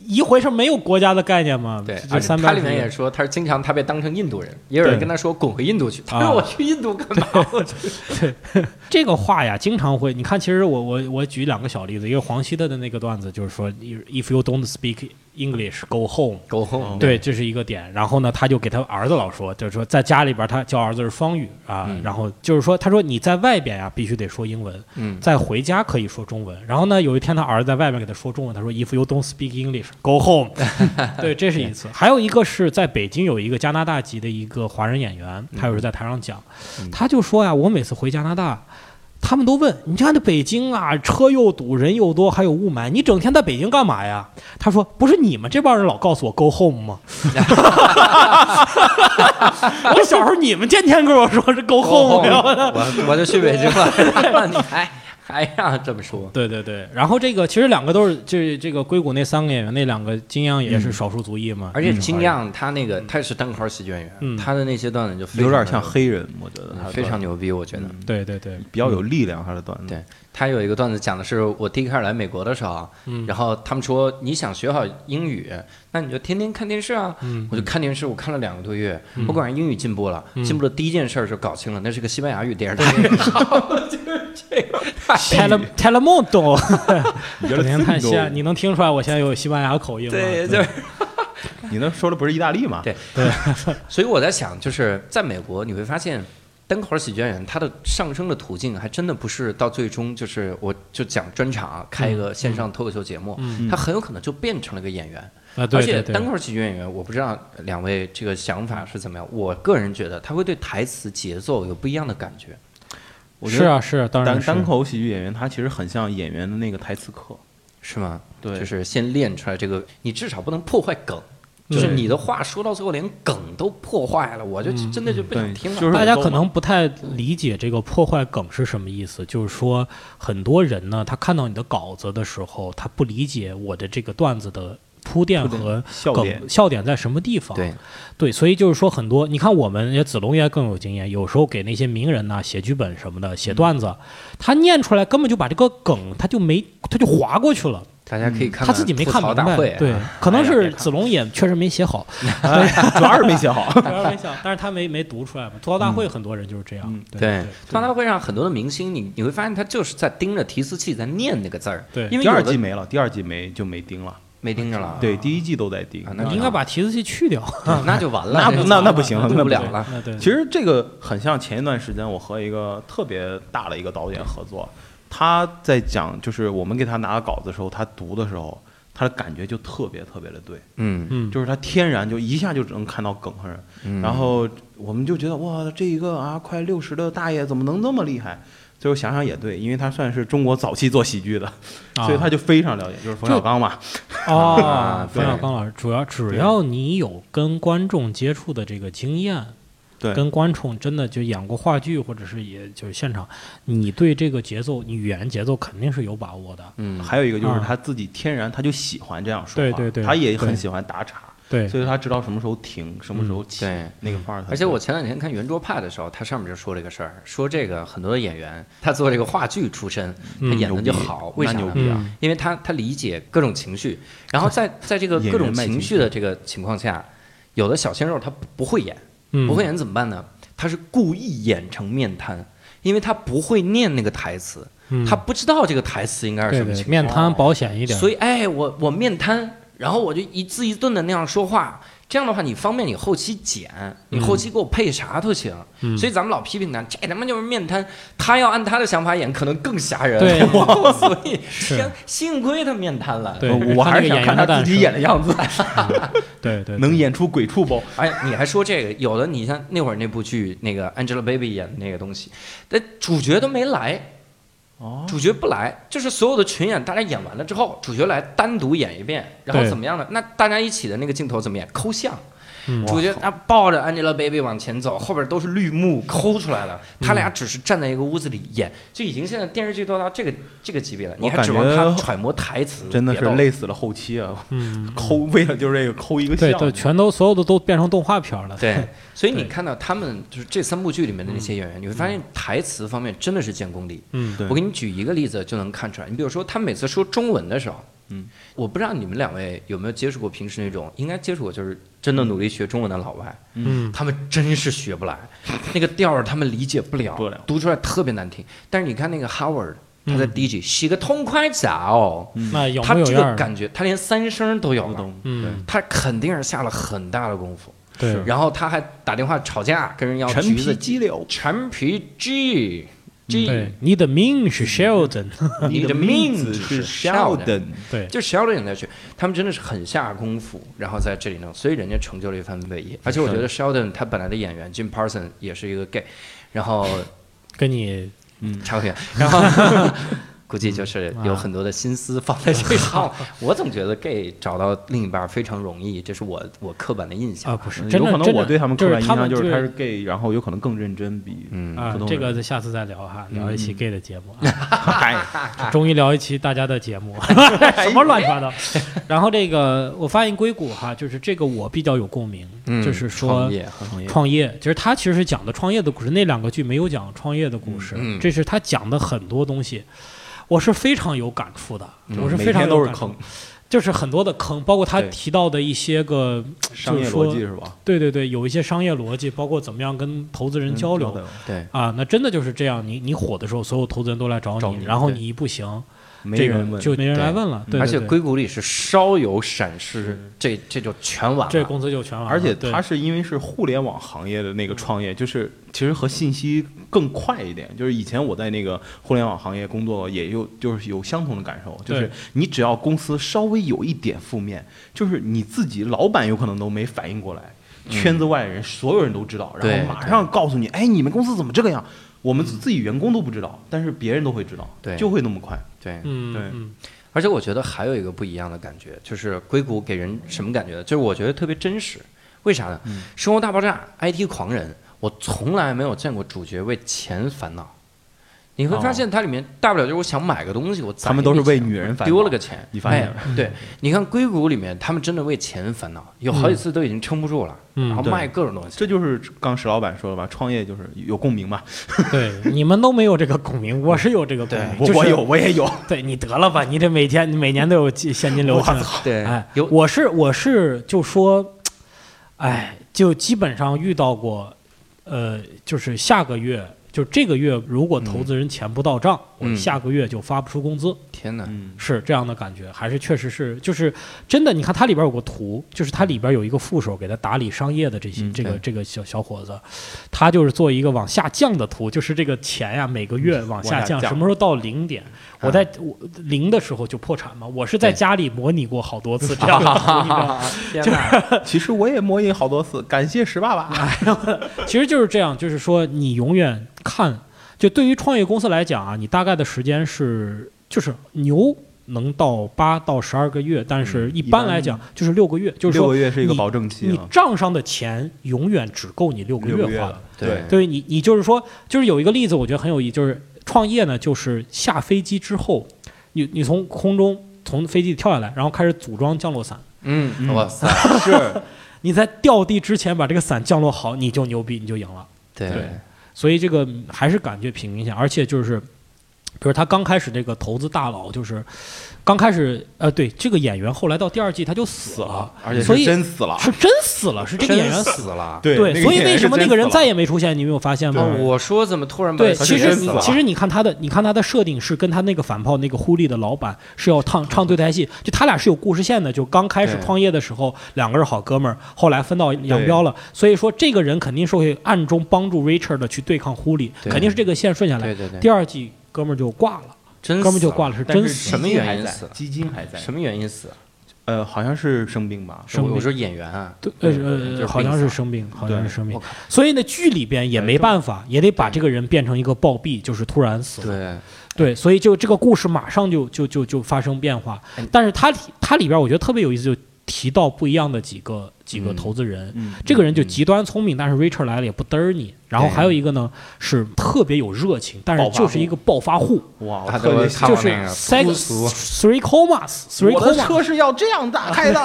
A: 一回是没有国家的概念嘛。
C: 对，
A: 嗯就
C: 而且
A: 三
C: 他
A: 百
C: 里面也说，他是经常他被当成印度人，也有人
A: 对
C: 跟他说滚回印度去，他
A: 啊
C: 说我去印度干嘛？我去
A: 这个话呀，经常会。你看，其实我我我举两个小例子，一个黄西的的那个段子，就是说，if you don't speak English, go home。
C: 狗哄，
A: 对，这是一个点。然后呢，他就给他儿子老说，就是说在家里边儿他教儿子是双语啊，
C: 嗯
A: 然后就是说，他说你在外边啊呀必须得说英文，
C: 嗯
A: 再回家可以说中文。然后呢，有一天他儿子在外面给他说中文，他说 If you don't speak English, go home 。对，这是一次。还有一个是在北京有一个加拿大籍的一个华人演员，
C: 嗯
A: 他有时候在台上讲，他就说呀，我每次回加拿大。他们都问你看这北京啊，车又堵，人又多，还有雾霾，你整天在北京干嘛呀？他说不是你们这帮人老告诉我 go home 吗？ 我小时候你们天天跟我说是 go
C: 狗
A: home
C: 哄，
A: 呀。
C: 我我就去北京了， 你还还让这么说？
A: 对对对，然后这个其实两个都是，就是这个硅谷那三个演员，那两个金样也是少数族裔嘛，
C: 嗯而且金样他那个他也是单口喜剧演员，
A: 嗯
C: 他的那些段子就非
B: 有点
C: 常
B: 像
C: 牛
B: 黑人，我觉得他
C: 逼，
B: 的
C: 非常
B: 段子
C: 牛逼，我觉得。
A: 对对对，
B: 比较有力量，他的
A: 嗯
B: 段子。
C: 对他有一个段子讲的是我第一开始来美国的时候，啊
A: 嗯
C: 然后他们说你想学好英语，那你就天天看电视啊。
A: 嗯
C: 我就看电视，我看了两个多月，我果然英语进步了。进步的第一件事儿就搞清了，那是个西班牙语电视台。
A: Tele
C: 哎
A: Telemundo，
B: 你 觉
A: 整
B: 得
A: 天看西
B: 这么
A: 班，你能听出来我现在有西班牙口音吗？
C: 对，就是
B: 多 你那说的不是意大利吗？
C: 对所以我在想，就是在美国你会发现，单口喜剧演员他的上升的途径还真的不是到最终就是我就讲专场开一个线上脱口秀节目，
A: 嗯
C: 他很有可能就变成了一个演员。
A: 啊，对对
C: 而且
A: 对
C: 单，口喜剧演员，我不知道两位这个想法是怎么样。我个人觉得他会对台词节奏有不一样的感觉。
B: 我觉
A: 是
B: 得
A: 啊是啊，当然
B: 单
A: 是
B: 单口喜剧演员他其实很像演员的 那个台词课。
C: 是吗？
B: 对
C: 就是先练出来这个，你至少不能破坏梗，就是你的话说到最后连梗都破坏了，我就真的就不想听了。
B: 就是
A: 大家可能不太理解这个破坏梗是什么意思，就是说很多人呢，他看到你的稿子的时候，他不理解我的这个段子的铺垫和
B: 笑
A: 梗
B: 点
A: 笑点在什么地方。
C: 对
A: 对，所以就是说很多，你看我们也子龙也更有经验，有时候给那些名人呐、写剧本什么的
B: 嗯
A: 写段子，他念出来根本就把这个梗他就没他就划过去了。
C: 大家可以看
A: 他自己没看
C: 吐槽
A: 明
C: 大
A: 白，
C: 会啊，
A: 对，可能
C: 哎呀
A: 是
C: 别看
A: 子龙也确实没写好，
B: 哎主要是没 写好。
A: 开玩笑，但是他没没读出来嘛。吐槽大会很多人就是这样
B: 嗯，
C: 对，吐槽大会上很多的明星，你你会发现他就是在盯着提词器在念那个字儿，
A: 对
C: 因为
B: 第
C: 有
B: 二
C: 的
B: 季没了，第二季没就没盯了。
C: 没盯着了，
B: 对，第一季都在盯
C: 啊。那
A: 你应该把提词器去掉。
C: 对那就完了，
B: 那不
C: 就
B: 那那
C: 完
B: 不
C: 了
B: 行
C: 录
B: 那
C: 不
B: 不
C: 了
B: 行
C: 了。
A: 那 对，
B: 其实这个很像前一段时间我和一个特别大的一个导演合作，他在讲就是我们给他拿稿子的时候，他读的时候，他的感觉就特别特别的对，
C: 嗯，
A: 嗯，
B: 就是他天然就一下就能看到梗和人。
C: 嗯
B: 然后我们就觉得哇，这一个啊快六十的大爷怎么能那么厉害？最后想想也对，因为他算是中国早期做喜剧的，
A: 啊
B: 所以他就非常了解，就是冯小刚嘛。
A: 哦
C: 啊，
A: 冯小
C: 对
A: 刚老师，主要只要你有跟观众接触的这个经验，
B: 对
A: 跟观众真的就演过话剧，或者是也就是现场，你对这个节奏，你语言节奏肯定是有把握的。
C: 嗯，
B: 还有一个就是
A: 啊
B: 他自己天然他就喜欢这样说
A: 对
B: 话，
A: 对对
B: 他也
A: 对
B: 很喜欢打岔，
A: 对，
B: 所以他知道什么时候停，什么时候起
C: 对。
B: 那个范儿才对。
C: 而且我前两天看圆桌派的时候，他上面就说了一个事儿，说这个很多的演员，他做这个话剧出身，他
A: 嗯
C: 演的
B: 牛
C: 就
B: 逼
C: 好，为啥
B: 那牛
C: 呢？
B: 逼
A: 嗯
B: 啊！
C: 因为他他理解各种情绪，然后在 在这个
B: 演员
C: 各种
B: 卖
C: 情
B: 情
C: 绪的这个情况下，有的小鲜肉他不不会演，
A: 嗯
C: 不会演怎么办呢？他是故意演成面瘫，因为他不会念那个台词，
A: 嗯
C: 他不知道这个台词应该是
A: 对
C: 什么
A: 对
C: 情，况，
A: 面瘫保险一点。
C: 所
A: 以
C: 以哎，我我面瘫，然后我就一字一顿的那样说话。这样的话，你方便你后期剪，你
A: 嗯
C: 后期给我配啥都行。所以咱们老批评他，这他妈就是面瘫。他要按他的想法演，可能更吓人。
A: 对
C: 所以天，幸亏他面瘫了。
A: 对
B: 我我还是想看他自己演的样子，
A: 对对，
B: 嗯能演出鬼畜不？
C: 哎，你还说这个？有的你像那会儿那部剧，那个 Angelababy 演的那个东西，那主角都没来，
B: 哦，
C: 主角不来，就是所有的群演大家演完了之后，主角来单独演一遍，然后
A: 对
C: 怎么样呢？那大家一起的那个镜头怎么演？抠像
A: 嗯。
C: 主角他抱着 Angelababy 往前走，后边都是绿幕抠出来的，
B: 嗯
C: 他俩只是站在一个屋子里演，就已经现在电视剧都到这个这个级别了，你还
B: 感
C: 指望他
B: 觉
C: 揣摩台词？
B: 真的
C: 别
B: 是
C: 逗了
B: 累死了后期啊！
A: 嗯，
B: 抠为了就是这个抠一个
A: 对
B: 像，
A: 对，全都所有的都变成动画片 了。
C: 对，所以你看到他们就是这三部剧里面的那些演员，你会发现台词方面真的是见功力。
A: 嗯，
B: 对
C: 我给你举一个例子就能看出来。你比如说，他每次说中文的时候，
B: 嗯，
C: 我不知道你们两位有没有接触过平时那种，应该接触过，就是真的努力学中文的老外，
A: 嗯，
C: 他们真是学不来， 那个调儿他们理解不了，
B: 不了
C: 读出来特别难听。但是你看那个 Howard，他在第一句洗个痛快澡，
A: 那嗯有
C: 他
A: 没有
C: 这个
A: 样儿？
C: 感觉，他连三声都有
B: 不
C: 了，
B: 懂。
A: 嗯，
C: 他肯定是下了很大的功夫。
A: 对
B: 是
C: 然后他还打电话吵架，跟人要
B: 陈
C: 橘
B: 皮
C: 子
B: 鸡柳，
C: 陈皮 G G，
A: 嗯对，你的命是 Sheldon。
C: 你的
B: 名
C: 命
B: 字是
C: Sheldon，
B: Sheldon，
A: 对，
C: 就 Sheldon 在去，他们真的是很下功夫，然后在这里弄，所以人家成就了一番伟业。而且我觉得 Sheldon 他本来的演员 Jim Parson 也是一个 gay，然后
A: 跟你
C: 差不远，然后估计
A: 嗯
C: 就是有很多的心思放在这上。 我总觉得 gay 找到另一半非常容易，这是我我刻板的印象。
A: 啊，不是，真
B: 呃
A: 的
B: 有可能
A: 真
B: 我
A: 的
B: 对他们
A: 就
B: 刻
A: 是
B: 板印
A: 他们
B: 象就是
A: 对
B: 他是 gay，然后有可能更认真比
C: 嗯
A: 啊
B: 普通，
A: 这
B: 人嗯
A: 个下次再聊哈，聊一期 gay 的节目啊，
B: 嗨，
A: 终于聊一期大家的节 目， 什么乱七八糟。然后这个我发现硅谷哈，就是这个我比较有共鸣，
C: 嗯
A: 就是说
C: 创业和创业，
A: 创业，其实他其实讲的创业的故事，那两个剧没有讲创业的故事，
C: 嗯
A: 这是他讲的很多东西，我是非常有感触的，我是
B: 嗯每
A: 非常
B: 天
A: 有
B: 都是
A: 感触
B: 坑，，
A: 就是很多的坑，包括他
B: 对
A: 提到的一些个
B: 商业逻辑是吧？
A: 对对对，有一些商业逻辑，包括怎么样跟投资人交流。
B: 嗯
C: 对，
A: 啊，那真的就是这样。你你火的时候，所有投资人都来找你，
C: 找你
A: 然后
C: 对
A: 你一不行，
B: 没
A: 这
B: 人
A: 个
B: 问，嗯
A: 就没人来问了。对对
C: 而且
A: 对
C: 硅谷里是稍有闪失，这这就全完了。
A: 这公司就
C: 啊
A: 全完了。
B: 而且
A: 对
B: 他是因为是互联网行业的那个创
C: 嗯
B: 业，就是其实和信息更快一点。就是以前我在那个互联网行业工作，也有就是有相同的感受，就
A: 对
B: 是你只要公司稍微有一点负面，就是你自己老板有可能都没反应过来，圈子外人所有人都知道，然
C: 嗯对
B: 后马上告诉你，哎，你们公司怎么这个样？我们自己员工都不知道，但是别人都会知道
C: 嗯对，
B: 就会那么快。
C: 对，
A: 嗯
B: 对
A: 嗯，
C: 而且我觉得还有一个不一样的感觉，就是硅谷给人什么感觉呢？就是我觉得特别真实。为啥呢？
B: 嗯
C: 生活大爆炸》IT 狂人，我从来没有见过主角为钱烦恼。你会发
A: 哦
C: 现它里面大不了就是我想买个东西，我攒
B: 他们都是为女人
C: 一笔
B: 烦恼
C: 钱丢了个钱。
B: 你发现
C: 哎对，你看硅谷里面，他们真的为钱烦恼，有好几次都已经撑不住了，
A: 嗯
C: 然后
B: 对
C: 卖各种东西。
B: 这就是刚石老板说的吧，创业就是有共鸣嘛。
A: 对，你们都没有这个共鸣，我是有这个共鸣，
B: 我
A: 就是
B: 我有，，我也有。
A: 对你得了吧，你这每天每年都有现金流
B: 我
A: 进来，
B: 操！
C: 对
A: 哎，
C: 有
A: 我是我是就说，哎，就基本上遇到过，呃，就是下个月，就这个月如果投资人钱不到账，
C: 嗯
A: 我下个月就发不出工资，
C: 天哪！
B: 嗯，
A: 是这样的感觉，还是确实是就是真的。你看它里边有个图，就是它里边有一个副手给他打理商业的这些、
B: 嗯
A: 这个
C: 对
A: 这个小小伙子，他就是做一个往下降的图，就是这个钱呀、每个月往下
B: 往下
A: 降，
B: 降
A: 什么时候到零点？我在我零的时候就破产嘛，我是在
C: 对
A: 家里模拟过好多次这样的图，你知 道吗？
C: 天哪！
B: 其实我也模拟好多次，感 谢石爸爸。
A: 其实就是这样，就是说你永远看，就对于创业公司来讲啊，你大概的时间是就是牛。能到八到十二个月，但是一般来讲就是六个月，就是
B: 六
A: 说
B: 个月是一个
A: 你
B: 保证期
A: 你
B: 啊，
A: 账上的钱永远只够你六个
B: 六个月
A: 花
B: 的
A: 的。。
C: 对
A: 对于你，你就是说，就是有一个例子，我觉得很有意义，就是创业呢，就是下飞机之后，你你从空中从飞机里跳下来，然后开始组装降落伞。
C: 嗯，
B: 嗯
C: 哇塞！
B: 是
A: 你在掉地之前把这个伞降落好，你就牛逼，你就赢了。对
C: 对，
A: 所以这个嗯还是感觉挺明显，而且就是，比如他刚开始这个投资大佬，就是刚开始呃，对这个演员后来到第二季他就 死
B: 死了
A: 了，，
B: 而且
A: 所以
B: 是真死了。
A: 是真死了，是这个演员
C: 真
A: 死了。
C: 死了。
B: 对那个
A: 所以
B: 演员
A: 为
B: 是
A: 什么那
B: 真
A: 个
B: 死
A: 人
B: 了
A: 再也没出现？你没有发现吗？
C: 哦我说怎么突然把
A: 对，
C: 他
A: 其
B: 是
A: 实
B: 真
A: 你
B: 死了
A: 其实你看他的，你看他的设定是跟他那个反炮那个狐狸的老板是要唱唱对台戏，就他俩是有故事线的。就刚开始
C: 对
A: 创业的时候，两个是好哥们儿，后来分道扬镳了。所以说这个人肯定是会暗中帮助 Richard 的去对抗狐狸，
C: 对
A: 肯定是这个线顺下来
C: 对。对对，
A: 第二季哥们儿就挂了，
C: 真死
A: 哥们儿就挂了，是
B: 但
A: 真
B: 是
A: 死
C: 什么
B: 基金
C: 原
B: 还
C: 因
B: 在
C: 死了
B: 基金还在，
C: 什么原因死？
B: 呃，好像是生病吧？
A: 生
C: 我
A: 病
C: 我说演员啊，
A: 对
C: 对
A: 呃
C: 对对就是
A: 呃，好像
C: 病
A: 是
C: 死
A: 生病，好像是
B: 对
A: 生病
C: 我。
A: 所以呢，剧里边也没办法，也得把这个人变成一个暴毙，就是突然死了。
C: 对，
A: 对，所以就这个故事马上就就就就发生变化
C: 哎。
A: 但是它里它里边我觉得特别有意思，就提到不一样的几个几个
C: 嗯
A: 投资人。
B: 嗯，
A: 这个人就极端聪明，但是 Richard 来了也不嘚儿你。然后
C: 对
A: 还有一个呢是特别有热情，但
B: 暴
A: 是
B: 发户
A: 就是一个暴发户，
B: 哇，我
C: 他
B: 特
C: 都
B: 别
C: 看
A: 就
C: 过
A: 是
C: 那个
A: s e
C: 通
A: x
C: 俗
A: three commas three
B: 我的
A: commas。
B: 车是要这 样大开的，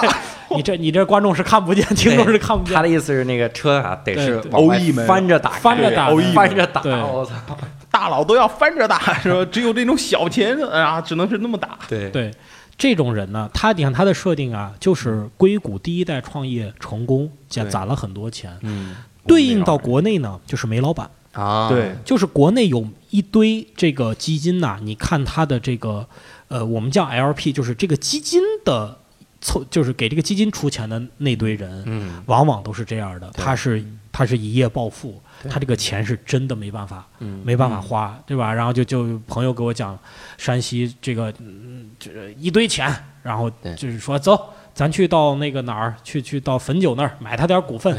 A: 你这你这观众是看不见，听众是看不见
C: 他。的意思是那个车啊，得是
A: 对对
C: 往外
B: 欧意门
C: 翻着打开，
A: 翻着打
B: 对欧意门
C: 翻着打，
A: 对
C: 我操！
B: 大佬都要翻着打，是吧？只有这种小钱啊，只能是那么打。
C: 对
A: 对，这种人呢，他你看他的设定啊，就是硅谷第一代创业成功，攒
B: 对
A: 攒了很多钱。
C: 嗯
A: 对应到国内呢，就是煤老板。
C: 啊，
B: 对，
A: 就是国内有一堆这个基金呐、你看它的这个，呃，我们叫 LP，就是这个基金的凑，就是给这个基金出钱的那堆人，
C: 嗯，
A: 往往都是这样的，
C: 对
A: 他是他是一夜暴富，
C: 对
A: 他这个钱是真的没办法，
C: 嗯
A: 没办法花，对吧？然后就就朋友给我讲，山西这个嗯，这一堆钱，然后
C: 对
A: 就是说走。咱去到那个哪儿，去去到汾酒那儿买他点股 份，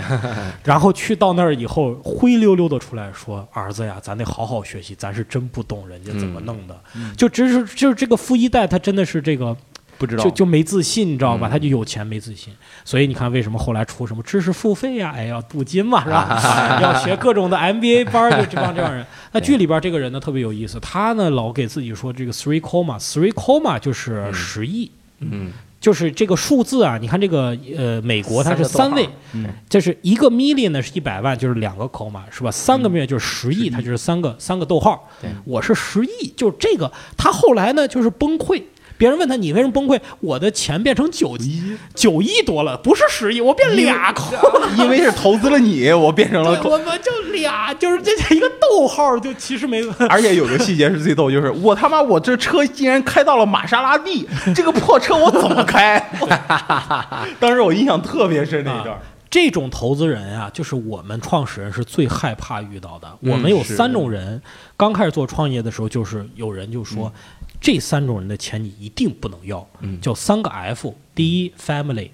A: 然后去到那儿以后灰溜溜的出来说：“儿子呀，咱得好好学习，咱是真不懂人家怎么弄的。
B: 嗯嗯
A: 就只是就是这个富一代，他真的是这个
B: 不知
A: 就就没自信，你知道吧？
C: 嗯
A: 他就有钱没自信，所以你看为什么后来出什么知识付费呀、哎呀，镀金嘛，是吧？要学各种的 MBA 班儿，就这帮这样人。那剧里边这个人呢特别有意思，他呢老给自己说这个 three comma three comma 就是十亿，
C: 嗯，
A: 就是这个数字啊。你看这个呃，美国它是
C: 三
A: 三
C: 个逗号
A: 位，
B: 嗯
A: 就是一个 million 呢是一百万，就是两个 comma 是吧？三个 million 就是十亿，它就是三个三个逗号
C: 对。
A: 我是十亿，就是这个。他后来呢就是崩溃，别人问他你为什么崩溃？我的钱变成九亿九亿多了，不是十亿，我变俩 comma，
B: 因为是投资了你，我变成了。
A: 我们就俩，就是这这一个逗号就其实没。
B: 而且有个细节是最逗，就是我他妈我这车竟然开到了玛莎拉蒂，这个破车我怎么开？ 当时我印象特别深那一段
A: 啊，这种投资人啊，就是我们创始人是最害怕遇到的。我们有
B: 嗯是
A: 三种人，刚开始做创业的时候，就是有人就说，
B: 嗯
A: 这三种人的钱你一定不能要，叫三个 F：第一，family，、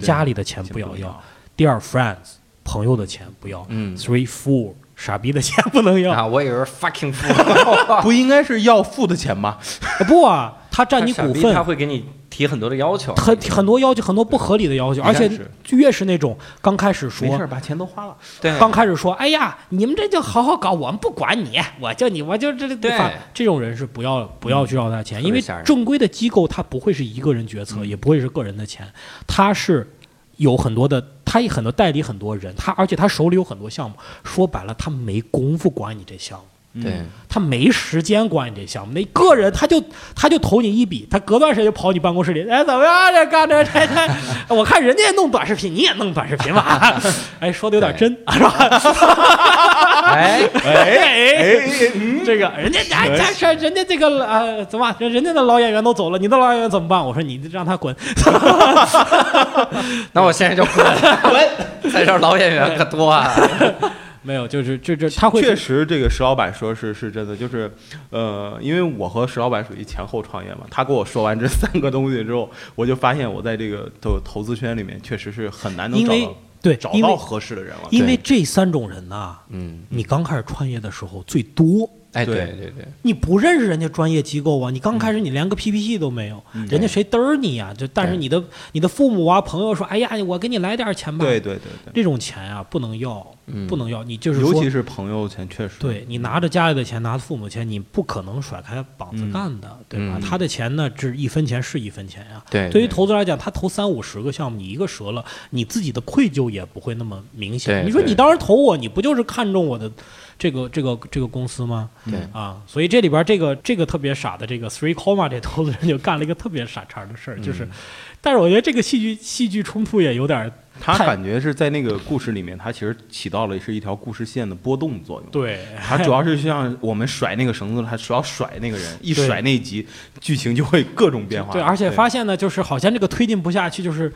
A: 家里的钱不要
B: 嗯钱不
A: 要；
B: 要
A: 第二，friends，朋友的钱不要、
C: 嗯
A: t h r e e fool，傻逼的钱不能要。
C: 啊，我以为是 fucking fool，
B: 不应该是要付的钱吗？
A: 不啊，他占你
C: 他傻
A: 股
C: 逼
A: 份
C: 他，会给你提很多的要求，啊
A: 很很多要求，很多不合理的要求，
B: 你
A: 而且
B: 看是
A: 越是那种刚开始
B: 没事
A: 说
B: 儿，。把钱都花了，
C: 对
A: 刚开始说，哎呀，你们这就好好搞，我们不管你，我就你，我就这这
C: 对
A: 反这种人是不要不要去要他钱，
C: 特别
A: 因为
C: 吓人嗯
A: 正规的机构他不会是一个人决策，也不会是个人的钱，他是有很多的，他也很多代理很多人，他而且他手里有很多项目，说白了他没工夫管你这项目。
C: 对
A: 他没时间管你这项目，那个人他就他就投你一笔，他隔段时间就跑你办公室里，哎，怎么样？这干这这这，我看人家也弄短视频，你也弄短视频吧？ 哎，说的有点真， 是吧？
C: 哎，
A: 哎，嗯这个人家哎，这这人家这个呃，怎么办人家的老演员都走了，你的老演员怎么办？我说你让他滚，
C: 那我现在就滚 滚，在这儿老演员可多啊，
A: 没有，就是这这他会
B: 确实，这个石老板说是是真的，就是，呃，因为我和石老板属于前后创业嘛，他跟我说完这三个东西之后，我就发现我在这个投投资圈里面确实是很难能
A: 因
B: 找
A: 为
B: 到
A: 对，
B: 找
A: 因
B: 到
A: 为
B: 合适的人了。
A: 因为
C: 对
A: 这三种人呐、
C: 嗯，
A: 你刚开始创业的时候最多。
C: 哎，
B: 对
C: 对对对，
A: 你不认识人家专业机构啊，你刚开始你连个 PPT 都没有，人家谁嘚儿你呀、就但是
C: 对
A: 你的你的父母啊朋友说，哎呀，我给你来点钱吧。
B: 对对对对，
A: 这种钱啊不能要，
C: 嗯
A: 不能要。你就是
B: 尤
A: 说
B: 其，是朋友圈，确实
A: 对你拿着家里的钱，拿着父母钱，你不可能甩开膀子
B: 嗯
A: 干的，对吧？
C: 嗯
A: 他的钱呢，这一分钱是一分钱呀、
C: 对
A: 对于
C: 对
A: 投资来讲，他投三五十个项目，你一个折了，你自己的愧疚也不会那么明显。
C: 对
A: 你说你
C: 对
A: 当时投我，你不就是看中我的这个这个这个公司吗？
C: 对
A: 啊，所以这里边这个这个特别傻的这个 three comma 这投资人就干了一个特别傻叉的事儿，
C: 嗯
A: 就是，但是我觉得这个戏剧戏剧冲突也有点儿
B: 他
A: 太
B: 感觉是在那个故事里面，他其实起到了是一条故事线的波动作用。
A: 对，
B: 它主要是像我们甩那个绳子，它主要甩那个人，一甩那一集，剧情就会各种变化。
A: 对，而且发现呢，就是好像这个推进不下去，就是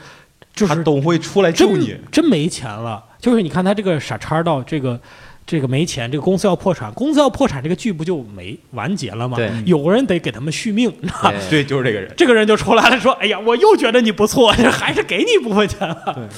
A: 就
B: 他
A: 是
B: 都会出来救你
A: 真。真没钱了。就是你看他这个傻叉到这个这个没钱，这个公司要破产，公司要破产，这个剧不就没完结了吗？
C: 对
A: 有个人得给他们续命，你知道吗
B: 对，
C: 对
B: 就是这个人。
A: 这个人就出来了，说：“哎呀，我又觉得你不错， 还是给你一部分钱了。”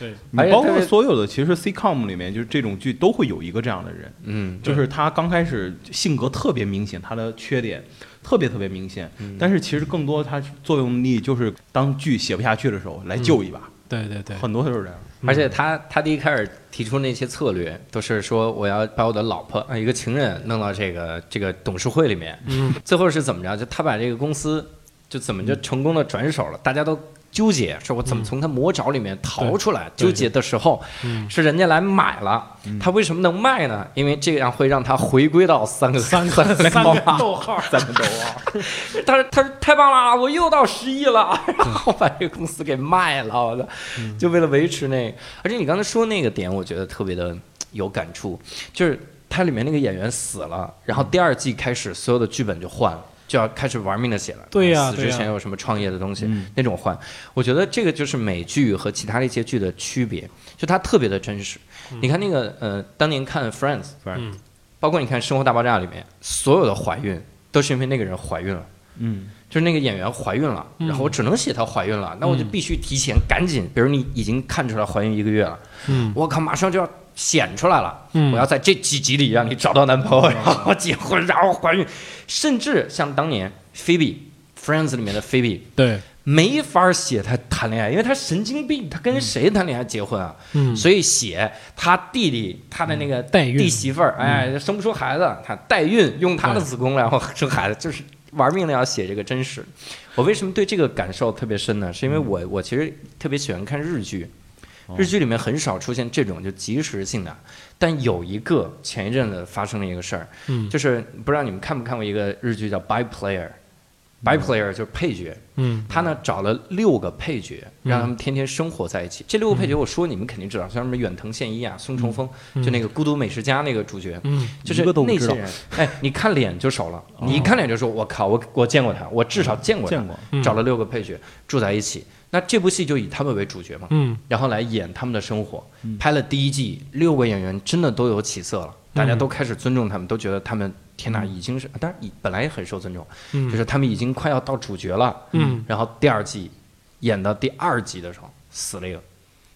A: 对，
B: 你
C: 而且
B: 包
C: 特
B: 括
C: 别
B: 所有的，其实 sitcom 里面就是这种剧都会有一个这样的人，
C: 嗯，
B: 就是他刚开始性格特别明显，他的缺点特别特别明显，但是其实更多他作用力就是当剧写不下去的时候来救一把，
A: 对对对，
B: 很多都是这样。
A: 嗯
C: 而且他他第一开始提出那些策略，都是说我要把我的老婆呃一个情人弄到这个这个董事会里面。
A: 嗯，
C: 最后是怎么着？就他把这个公司就怎么就成功的转手了，大家都。纠结，说我怎么从他魔爪里面逃出来？
A: 嗯对
C: 纠结的时候，
A: 嗯
C: 是人家来买了，他为什么能卖呢？因为这样会让他回归到三个
A: 三
C: 三
A: 个三
C: 号
A: 个逗号，
B: 咱们都啊，
C: 他说：“他说太棒了，我又到十亿了，然后把这个公司给卖了，我操！
A: 嗯
C: 就为了维持那个。而且你刚才说那个点，我觉得特别的有感触，就是它里面那个演员死了，然
A: 嗯
C: 后第二季开始所有的剧本就换了。就要开始玩命的写了，呃
A: 对呀
C: 死
A: 对
C: 之
A: 呀
C: 前有什么创业的东西、
B: 嗯
C: 那种换，我觉得这个就是美剧和其他的一些剧的区别，就它特别的真实。你看那个呃，当年看 Friends，
A: 嗯
C: 包括你看《生活大爆炸》里面所有的怀孕都是因为那个人怀孕了。
B: 嗯，
C: 就是那个演员怀孕了，
A: 嗯
C: 然后我只能写她怀孕了，那我就必须提前赶紧，比如你已经看出来怀孕一个月了，
A: 嗯
C: 我靠，马上就要显出来了，
A: 嗯
C: 我要在这几集里让你找到男朋友，然后结婚，然后怀孕，甚至像当年菲比《Friends》里面的菲比，
A: 对，
C: 没法写她谈恋爱，因为她神经病，她跟谁谈恋爱结婚啊？
A: 嗯
C: 所以写她弟弟，她的那个
A: 代孕嗯
C: 弟媳妇儿，哎，生不出孩子，她代孕，用她的子宫 然后生孩子，就是玩命的要写这个真实。我为什么对这个感受特别深呢？是因
A: 嗯
C: 为我我其实特别喜欢看日剧，
A: 哦
C: 日剧里面很少出现这种就即时性的，但有一个前一阵子发生了一个事儿，
A: 嗯
C: 就是不知道你们看没看过一个日剧叫《By Player》。By player 就是配角，
A: 嗯
C: 他呢找了六个配角，
A: 嗯
C: 让他们天天生活在一起。这六个配角，我说你们肯定知道，像什么远藤宪一啊、松重丰，
A: 嗯
C: 就那个《孤独美食家》那个主角，
A: 嗯
C: 就是
B: 一个都不
C: 那
B: 知
C: 些
B: 道
C: 人。哎，你看脸就熟了，你一看脸就说：“我靠，我我见过他，我至少见过他。
B: 见过。
A: 嗯
C: 找了六个配角住在一起，那这部戏就以他们为主角嘛，
A: 嗯
C: 然后来演他们的生活。拍了第一季，六个演员真的都有起色了，大家都开始尊重他们，都觉得他们天呐，已经是，当然已本来也很受尊重，啊
A: 嗯
C: 就是他们已经快要到主角了。
A: 嗯，
C: 然后第二季演到第二集的时候死了一个，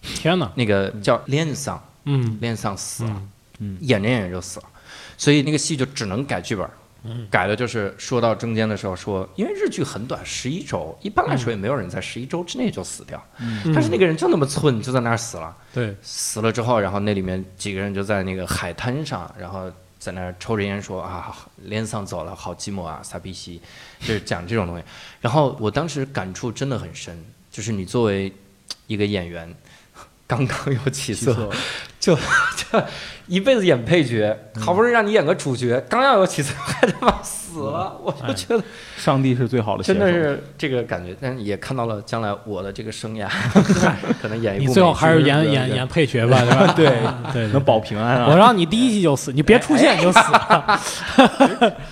A: 天哪，
C: 那个叫 l i n 桑
A: 嗯
C: l i n 桑死了，
A: 嗯
B: 嗯
C: 演着演着就死了，所以那个戏就只能改剧本。
A: 嗯
C: 改的就是说到中间的时候说，因为日剧很短，十一周，一般来
A: 嗯
C: 说也没有人在十一周之内就死掉，但是那个人就那么寸，就在那儿死了。
A: 对，
C: 死了之后，然后那里面几个人就在那个海滩上，然后在那儿抽着烟说啊，连上走了，好寂寞啊，傻逼西，就是讲这种东西。然后我当时感触真的很深，就是你作为一个演员，刚刚有起色，就就一辈子演配角，好不容易让你演个主角，刚要有起色， 还他妈死
A: 嗯
C: 了，我
A: 哎
C: 就觉得
B: 上帝是最好的写
C: 真
B: 手，
C: 的是这个感觉。但也看到了将来我的这个生涯， 可能演一部
A: 你最后
C: 美剧
A: 还是
C: 就
A: 演
C: 这
A: 演
C: 个
A: 演配角吧，对吧？对对，哎
B: 能保平安啊
A: 我！让你第一季就死，你别出现就死。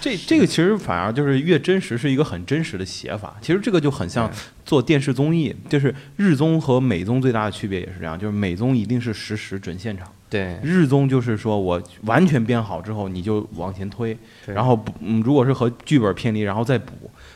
B: 这这个其实反而就是越真实是一个很真实的写法。其实这个就很像做电视综艺，就是日综和美综最大的区别也是这样，就是美综一定是实时准现场，
C: 对
B: 日综就是说我完全编好之后你就往前推，
C: 对
B: 然后不嗯如果是和剧本偏离，然后再补。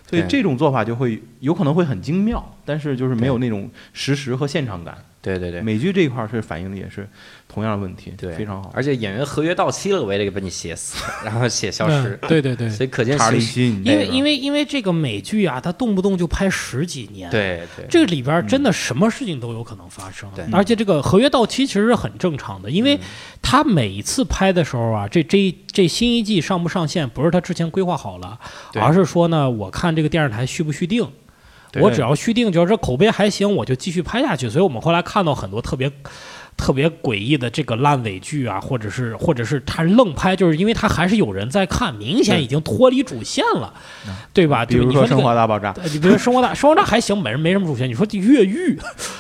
B: 所以
C: 对
B: 这种做法就会有可能会很精妙，但是就是没有那种实时和现场感。
C: 对对对
B: 美剧这一块儿是反映的也是同样的问题，
C: 对，
B: 非常好。
C: 而且演员合约到期了，我也得把你写死， 然后写消
A: 嗯
C: 失。
A: 对对对，
C: 所以可见
B: 查理
C: 形势
B: 辛，
A: 因为因为因为这个美剧啊，它动不动就拍十几年，，
C: 对对
A: 这里边真的什么事情都有可能发生，
C: 对
A: 而且这个合约到期其实是很正常的，因
B: 嗯
A: 为他每一次拍的时候啊，这这这新一季上不上线，不是他之前规划好了，
C: 对
A: 而是说呢，我看这个电视台续不续订。
B: 对
A: 我只要续订，只要这口碑还行，我就继续拍下去。所以我们后来看到很多特别特别诡异的这个烂尾剧啊，或者是或者是他愣拍，就是因为他还是有人在看，明显已经脱离主线了，对吧？
B: 嗯比
A: 就
B: 如
A: 你
B: 说《
A: 这
B: 生
A: 个
B: 活大爆炸》，
A: 对你比如说生活大，生活大还行，没人没什么主线。你说这越狱，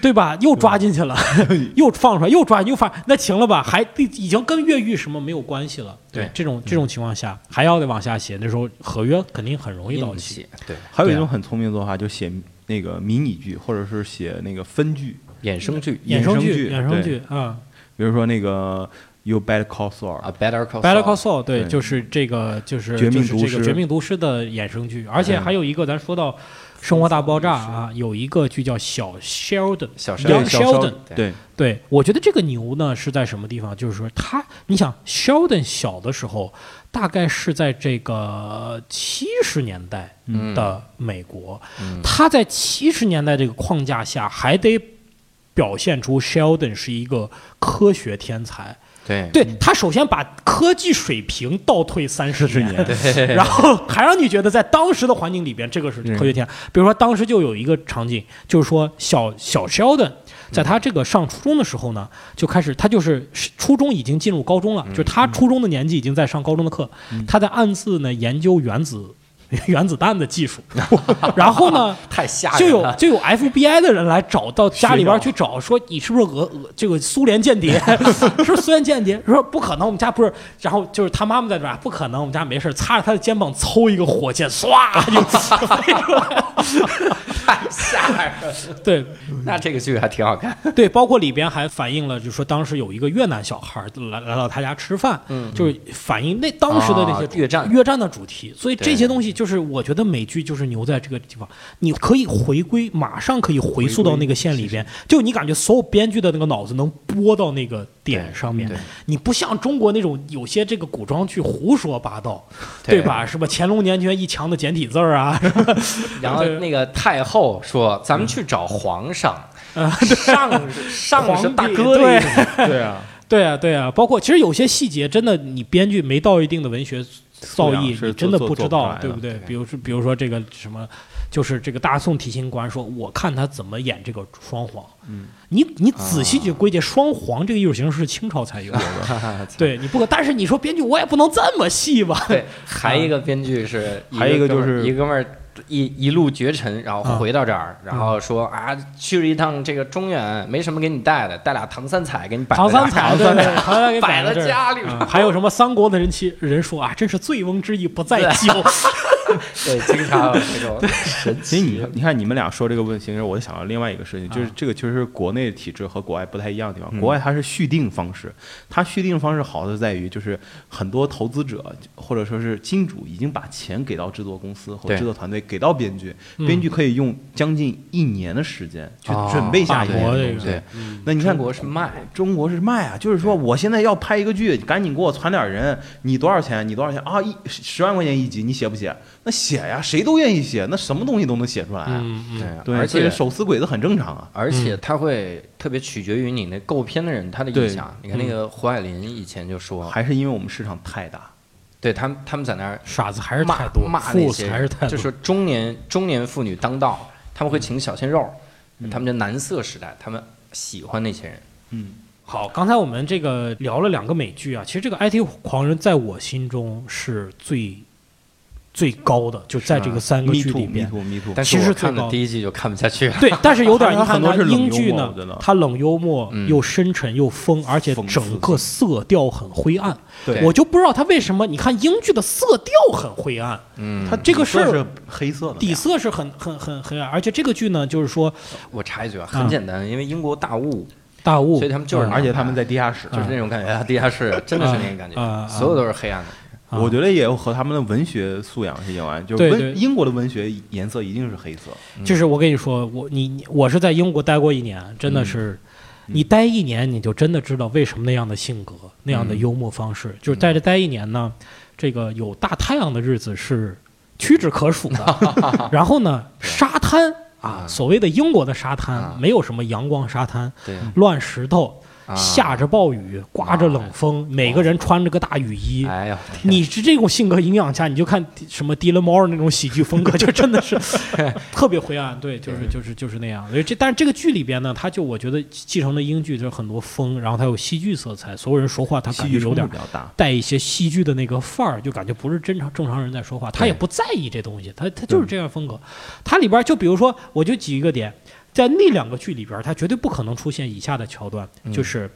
A: 对吧？又抓进去了， 又放出来，又抓，又放，那行了吧？还已经跟越狱什么没有关系了。
C: 对
A: 这种这种情况下，还要得往下写，那时候合约肯定很容易到
C: 硬
A: 期。
C: 写，对
B: 还有一
A: 对啊
B: 种很聪明的做法，就写那个迷你剧，或者是写那个分剧，
C: 衍生剧
B: 衍
A: 生
B: 生
A: 剧，
B: 剧
A: 衍生
B: 对
A: 剧啊，
B: 比如说那个《You Bad Call Saul》
C: 啊，Better
A: 《
C: Call
A: Better Call
C: Saul
A: Saul》对，
B: 对
A: 就是这个，就是
B: 绝
A: 就
B: 命
A: 是
B: 毒
A: 这个
B: 师
A: 《绝命毒师》的衍生剧，而且
B: 对
A: 还有一个，咱说到《生活大爆炸》啊，有一个剧叫小 Sheldon，
C: 小
A: 对 Young Sheldon
C: 生
A: 小 Sheldon
B: 对
A: 对，我觉得这个牛呢是在什么地方？就是说他，你想，Sheldon 小的时候，大概是在这个七十年代
C: 嗯
A: 的美国，
C: 嗯
A: 他在七十年代这个框架下，还得表现出 Sheldon 是一个科学天才。
C: 对
A: 对他，首先把科技水平倒退三十
B: 40年
C: 对
A: 然后还让你觉得在当时的环境里边，这个是科学天。
C: 嗯
A: 比如说当时就有一个场景，就是说小小 Sheldon 在他这个上初中的时候呢，就开始他就是初中已经进入高中
C: 嗯
A: 了，就是他初中的年纪已经在上高中的课，他在暗自呢研究原子。 原子弹的技术，然后呢，
C: 太吓
A: 就
C: 人
A: 有
C: 了，
A: 就有 FBI 的人来找到家里边去找，说你是不是俄俄这个苏联间谍？是不是苏联间谍？说不可能，我们家不是。然后就是他妈妈在这儿，不可能，我们家没事。擦着他的肩膀抽一个火箭，唰就飞出来了。
C: 太吓人了。
A: 对
C: 那这个剧还挺好看，
A: 对，包括里边还反映了，就是说当时有一个越南小孩儿来来到他家吃饭，就是反映那当时的那些
C: 嗯啊
A: 主
C: 越战
A: 越战的主题。所以这
C: 对
A: 些东西就是我觉得美剧就是牛在这个地方，你可以回归，马上可以回溯到那个线里边，就你感觉所有编剧的那个脑子能拨到那个点
C: 对
A: 上面
C: 对，
A: 你不像中国那种有些这个古装剧胡说八道，
C: 对
A: 对吧？是吧？乾隆年间一墙的简体字儿啊，是吧
C: 然后那个太后说：“咱们去找皇上。”上上是大哥的意思，
B: 对啊，
A: 对啊，对啊，包括其实有些细节，真的你编剧没到一定的文学造
B: 素养
A: 诣，
B: 是
A: 你真的
B: 做
A: 不
B: 做
A: 知
B: 不出
A: 道
B: 来，的
A: 对不对？比如是，比如说这个什么，就是这个大宋提刑官说，我看他怎么演这个双簧。嗯，你你仔细去归结，双簧这个艺术形式是清朝才有的。 对，你不可，但是你说编剧，我也不能这么细 吧？
C: 对，还一个编剧是，
B: 还一个就
C: 哥们儿
B: 是
C: 一哥们儿一一路绝尘，然后
A: 啊
C: 回到这儿，然后
A: 嗯
C: 说啊，去了一趟这个中原，没什么给你带的，带俩唐三彩给你 摆在
A: 唐
C: 这儿
A: 三彩，对对，唐三彩 给
C: 摆
A: 了
C: 了
A: 这儿嗯
C: 家里
A: 啊还有什么三国的人妻人说啊，真是醉翁之意不在酒。
C: 对，经常有这种神
B: 其实
C: 奇。
B: 你看你看你们俩说这个问题，我就想到另外一个事情，就是这个其实国内体制和国外不太一样的地方。国外它是续订方式，它续订方式好的在于就是很多投资者或者说是金主已经把钱给到制作公司或
C: 对
B: 制作团队，给到编剧，
A: 嗯
B: 编剧可以用将近一年的时间去
C: 哦
B: 准备下一
A: 大
B: 年
A: 国
B: 的
A: 这
B: 东
A: 个
B: 西
C: 对。
B: 那你看
C: 中国是卖，
B: 中国是卖啊，就是说我现在要拍一个剧，赶紧给我传点人，你多少钱？你多少钱啊？一十十万块钱一集，你写不写？那写呀，谁都愿意写，那什么东西都能写出来啊。
A: 嗯嗯嗯，
B: 对，
C: 而
B: 所以
C: 且
B: 手撕鬼子很正常啊。
C: 而且它会特别取决于你那购片的人他的
B: 对
C: 意向。
A: 嗯
C: 你看那个胡海林以前就说，
B: 还是因为我们市场太大，
C: 对他们他们在那儿
A: 傻子还是
C: 骂
A: 太多，
C: 骂那
A: 父子
C: 些
A: 还是太
C: 就
A: 多。嗯
C: 是中年中年妇女当道，他们会请小鲜肉，他们叫男色时代，他们喜欢那些人。
B: 嗯，
A: 好，刚才我们这个聊了两个美剧啊，其实这个 IT 狂人在我心中是最最高的，就在这个三个
B: me
A: 剧
B: too
A: 里
B: me
A: 面。
B: too me too。
C: 但
A: 其
C: 是
A: 实
C: 我
A: 最
C: 看
A: 高
C: 了第一季就看不下去了。
A: 对，但是有点遗
B: 它
A: 憾
B: 很多
A: 呢
B: 是，冷
A: 英剧
B: 幽默
A: 呢
B: 真的，
A: 它冷幽默
C: 嗯
A: 又深沉又疯，而且
B: 讽刺
A: 整个色调很灰暗。
B: 对
A: 我就不知道它为什么，你看英剧的色调很灰暗，
C: 嗯，
B: 它
A: 这个事
B: 底色
A: 儿
B: 是黑色的
A: 底色是很很很很暗，而且这个剧呢，就是说
C: 我插一句啊，
A: 嗯
C: 很简单，因为英国大雾，
A: 大雾，
C: 所以他们就是
A: 嗯
C: 那
B: 而且他们在地下室，嗯
C: 就是那种感觉啊，地 下室真的是那种感
A: 啊啊
C: 觉，所有都是黑暗的。
A: 啊
B: 我觉得也有和他们的文学素养是有关，就
A: 对
B: 是
A: 对
B: 温英国的文学颜色一定是黑色。
C: 嗯
A: 就是我跟你说，我你你我是在英国待过一年，真的是，
C: 嗯
A: 嗯你待一年你就真的知道为什么那样的性格、
C: 嗯
A: 那样的幽默方式，就是在这待一年呢，这个有大太阳的日子是屈指可数的， 然后呢，沙滩啊，
C: 啊
A: 所谓的英国的沙滩
C: 啊
A: 没有什么阳光沙滩，
C: 对，
A: 乱石头，
C: 啊
A: 嗯下着暴雨，刮着冷风，每个人穿着个大雨衣，
C: 哎呦，天
A: 你是这种性格影响下，你就看什么迪伦摩尔那种喜剧风格，就真 的是特别灰暗。对，就是就是就是那样。所以这但是这个剧里边呢，它就我觉得继承了英剧，就是很多风，然后它有戏剧色彩，所有人说话他
B: 戏
A: 感
B: 剧
A: 觉
B: 冲
A: 有
B: 突
A: 点
B: 比较大，
A: 带一些戏剧的那个范儿，就感觉不是正常正常人在说话，他也不在意这东西，他他就是这样风格。它里边就比如说，我就举一个点，在那两个剧里边，它绝对不可能出现以下的桥段，就是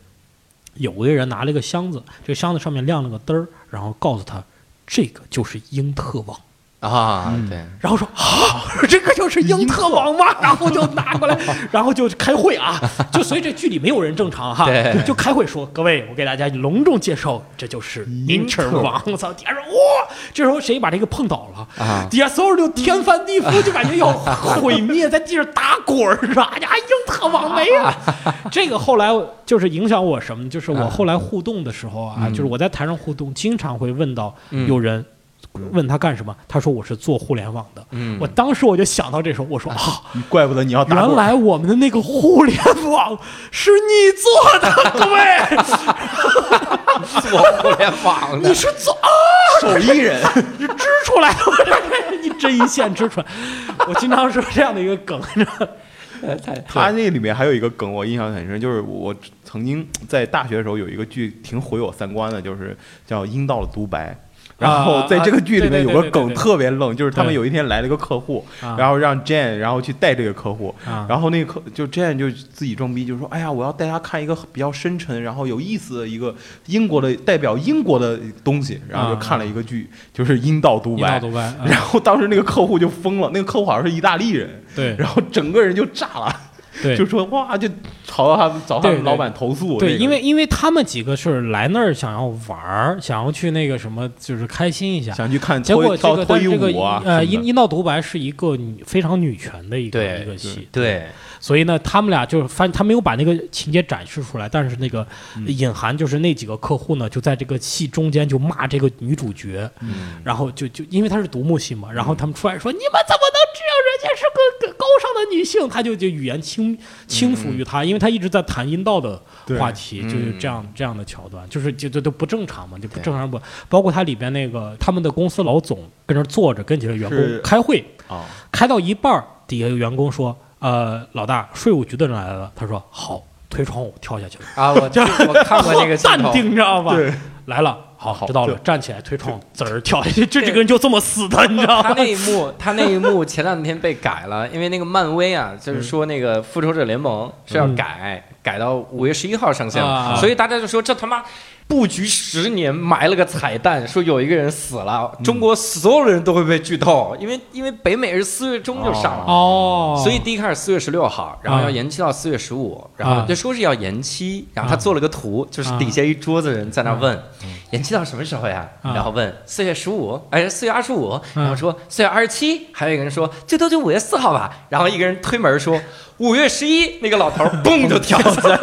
A: 有个人拿了一个箱子，这个箱子上面亮了个灯儿，然后告诉他这个就是英特网。
C: 啊
B: 嗯，
C: 对，
A: 然后说啊， 这个就是英特网吗？ 然后就拿过来， 然后就开会 啊，就所以这剧里没有人正常哈
C: 对，
A: 就开会说，各位，我给大家隆重介绍，这就是英特网。我操，底下说哇，这时候谁把这个碰倒了
C: 啊
A: 底下所有人就天翻地覆，就感觉要毁灭，在地上打滚儿 啊！呀，英特网没 了。这个后来就是影响我什么？就是我后来互动的时候啊，就是我在台上互动，经常会问到
C: 嗯
A: 有人问他干什么，他说我是做互联网的。
C: 嗯
A: 我当时我就想到这时候，我说啊，
B: 怪不得你要打
A: 原
B: 滚。
A: 来我们的那个互联网是你做的， 各位，
C: 做互联网
A: 你
C: 的，
A: 是做啊，
B: 手艺人，
A: 你织出来的， 你针一线织出来。我经常是这样的一个 梗，你知道吗
B: 他那里面还有一个梗，我印象很深，就是我曾经在大学的时候有一个剧挺毁我三观的，就是叫《阴道了独白》。然后在这个剧里面有个
A: 啊啊啊对对对对对
B: 梗
A: 对
B: 特别愣，就是他们有一天来了一个客户，
A: 啊
B: 然后让 Jane 然后去带这个客户
A: 啊，
B: 然后那个客就 Jane 就自己装逼，就说：“哎呀，我要带他看一个比较深沉，然后有意思的一个英国的代表英国的东西。”然后就看了一个剧，就是《阴道独
A: 一道
B: 白
A: 独》，白，啊
B: 然后当时那个客户就疯了，那个客户好像是意大利人，
A: 对
B: 然后整个人就炸了。
A: 对
B: 就。说哇，就吵到他们找他
A: 对
B: 们
A: 对
B: 老板投诉。
A: 对，
B: 这个
A: 因为因为他们几个是来那儿想要玩儿，想要去那个什么，就是开心一下。
B: 想去看
A: 结
B: 脱
A: 果这
B: 跳
A: 个
B: 脱
A: 但
B: 衣
A: 这个
B: 舞啊，
A: 呃，
B: 什么
A: 阴
B: 的
A: 阴道独白是一个女非常女权的一个
C: 对
A: 一个戏，
C: 对，
A: 所以呢，他们俩就是翻，他没有把那个情节展示出来，但是那个
B: 嗯
A: 隐含就是那几个客户呢，就在这个戏中间就骂这个女主角，
B: 嗯
A: 然后就就因为她是独幕戏嘛，然后他们出来说、你们怎么能这样？人家是个个高尚的女性，她就就语言轻轻浮于她，因为她一直在谈阴道的
B: 嗯对
A: 话题，
C: 嗯
A: 就是这样这样的桥段，就是就就都不正常嘛，就不正常不，包括它里边那个他们的公司老总跟那儿坐着跟几个员工
B: 是
A: 开会。
C: 哦
B: 啊，
A: 开到一半儿，底下有员工说：“呃，老大，税务局的人来了。”他说：“好，推窗户跳下去了。
C: 啊，我我 看过那个镜
A: 淡
C: 头，
A: 定，你知道吧？
B: 对，
A: 来了，好，
B: 好
A: 知道了，
B: 对
A: 站起来推窗户，滋儿跳下去。这这个人就这么死的，你知道
C: 他
A: 吗
C: 那？一幕，他那一幕前两天被改了，因为那个漫威啊，就是
A: 嗯
C: 说那个复仇者联盟是要改、改到五月十一号上线了，
A: 啊
C: 所以大家就说这他妈布局十年，埋了个彩蛋，说有一个人死了，
A: 嗯
C: 中国所有人都会被剧透，因为因为北美是四月中就上了，
A: 哦，
C: 所以第一开始四月十六号，然后要延期到四月十五，然后
A: 啊
C: 就说是要延期，然后他做了个图，就是底下一桌子人在那问，延期到什么时候呀？
A: 嗯啊嗯
C: 然后问四月十五，哎，四月二十五，然后说四月二十七，还有一个人说最多就五月四号吧，然后一个人推门说五月十一，那个老 头儿嘣就跳起来了，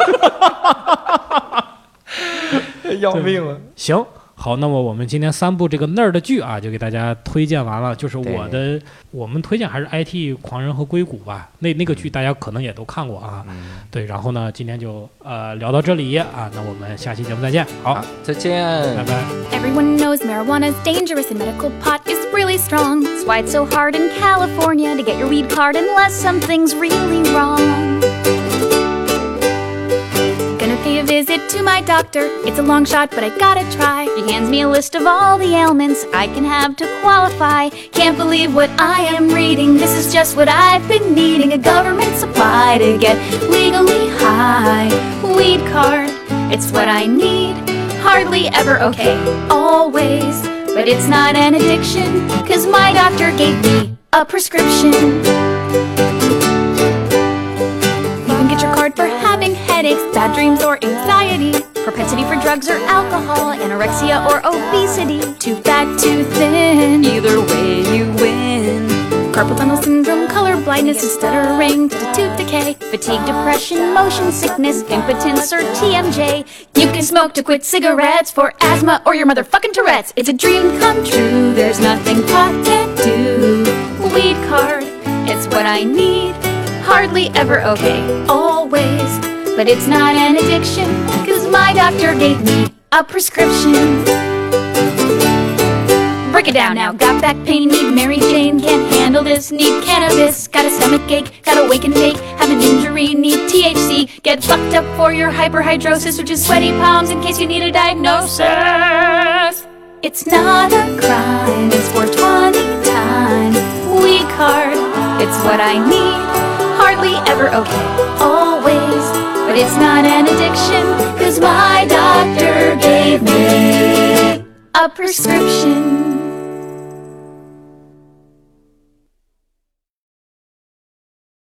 C: 要命了。
A: 行。好，那么我们今天三部这个那儿的剧啊，就给大家推荐完了。就是我的，我们推荐还是 IT 狂人和硅谷吧。那
C: 嗯
A: 那个剧大家可能也都看过啊。对，然后呢，今天就呃聊到这里啊，那我们下期节目再见。好，
C: 好，再见，
A: 拜拜。
D: Everyone knows marijuana's dangerous and medical pot is really strong. That's why it's so hard in California to get your weed card unless something's really wrong. Gonna pay a visit to my doctor. It's a long shot, but I gotta try. He hands me a list of all the ailments I can have to qualify. Can't believe what I am reading. This is just what I've been needing a government supply to get legally high. Weed card, it's what I need hardly ever okay, always. But it's not an addiction, cause my doctor gave me a prescription. You can get your card for having headaches, bad dreams, or anxiety, propensity for drugs or alcohol, anorexia or obesity, too fat, too thin. Either way, you win. Carpal tunnel syndrome, color blindness, and stuttering, to tooth decay, fatigue, depression, motion sickness, impotence, or TMJ. You can smoke to quit cigarettes for asthma or your motherfucking Tourette's. It's a dream come true. There's nothing pot can't do. Weed card, it's what I need. Hardly ever okay, always. But it's not an addiction, cause my doctor gave me a prescription. Break it down now. Got back pain, need Mary Jane. Can't handle this, need cannabis. Got a stomach ache, got a wake and bake. Have an injury, need THC. Get fucked up for your hyperhidrosis, which is sweaty palms in case you need a diagnosis. It's not a crime, it's 420 time. We card, it's what I need. Hardly ever okay, always. But it's not an addiction, cause my doctor gave me a prescription.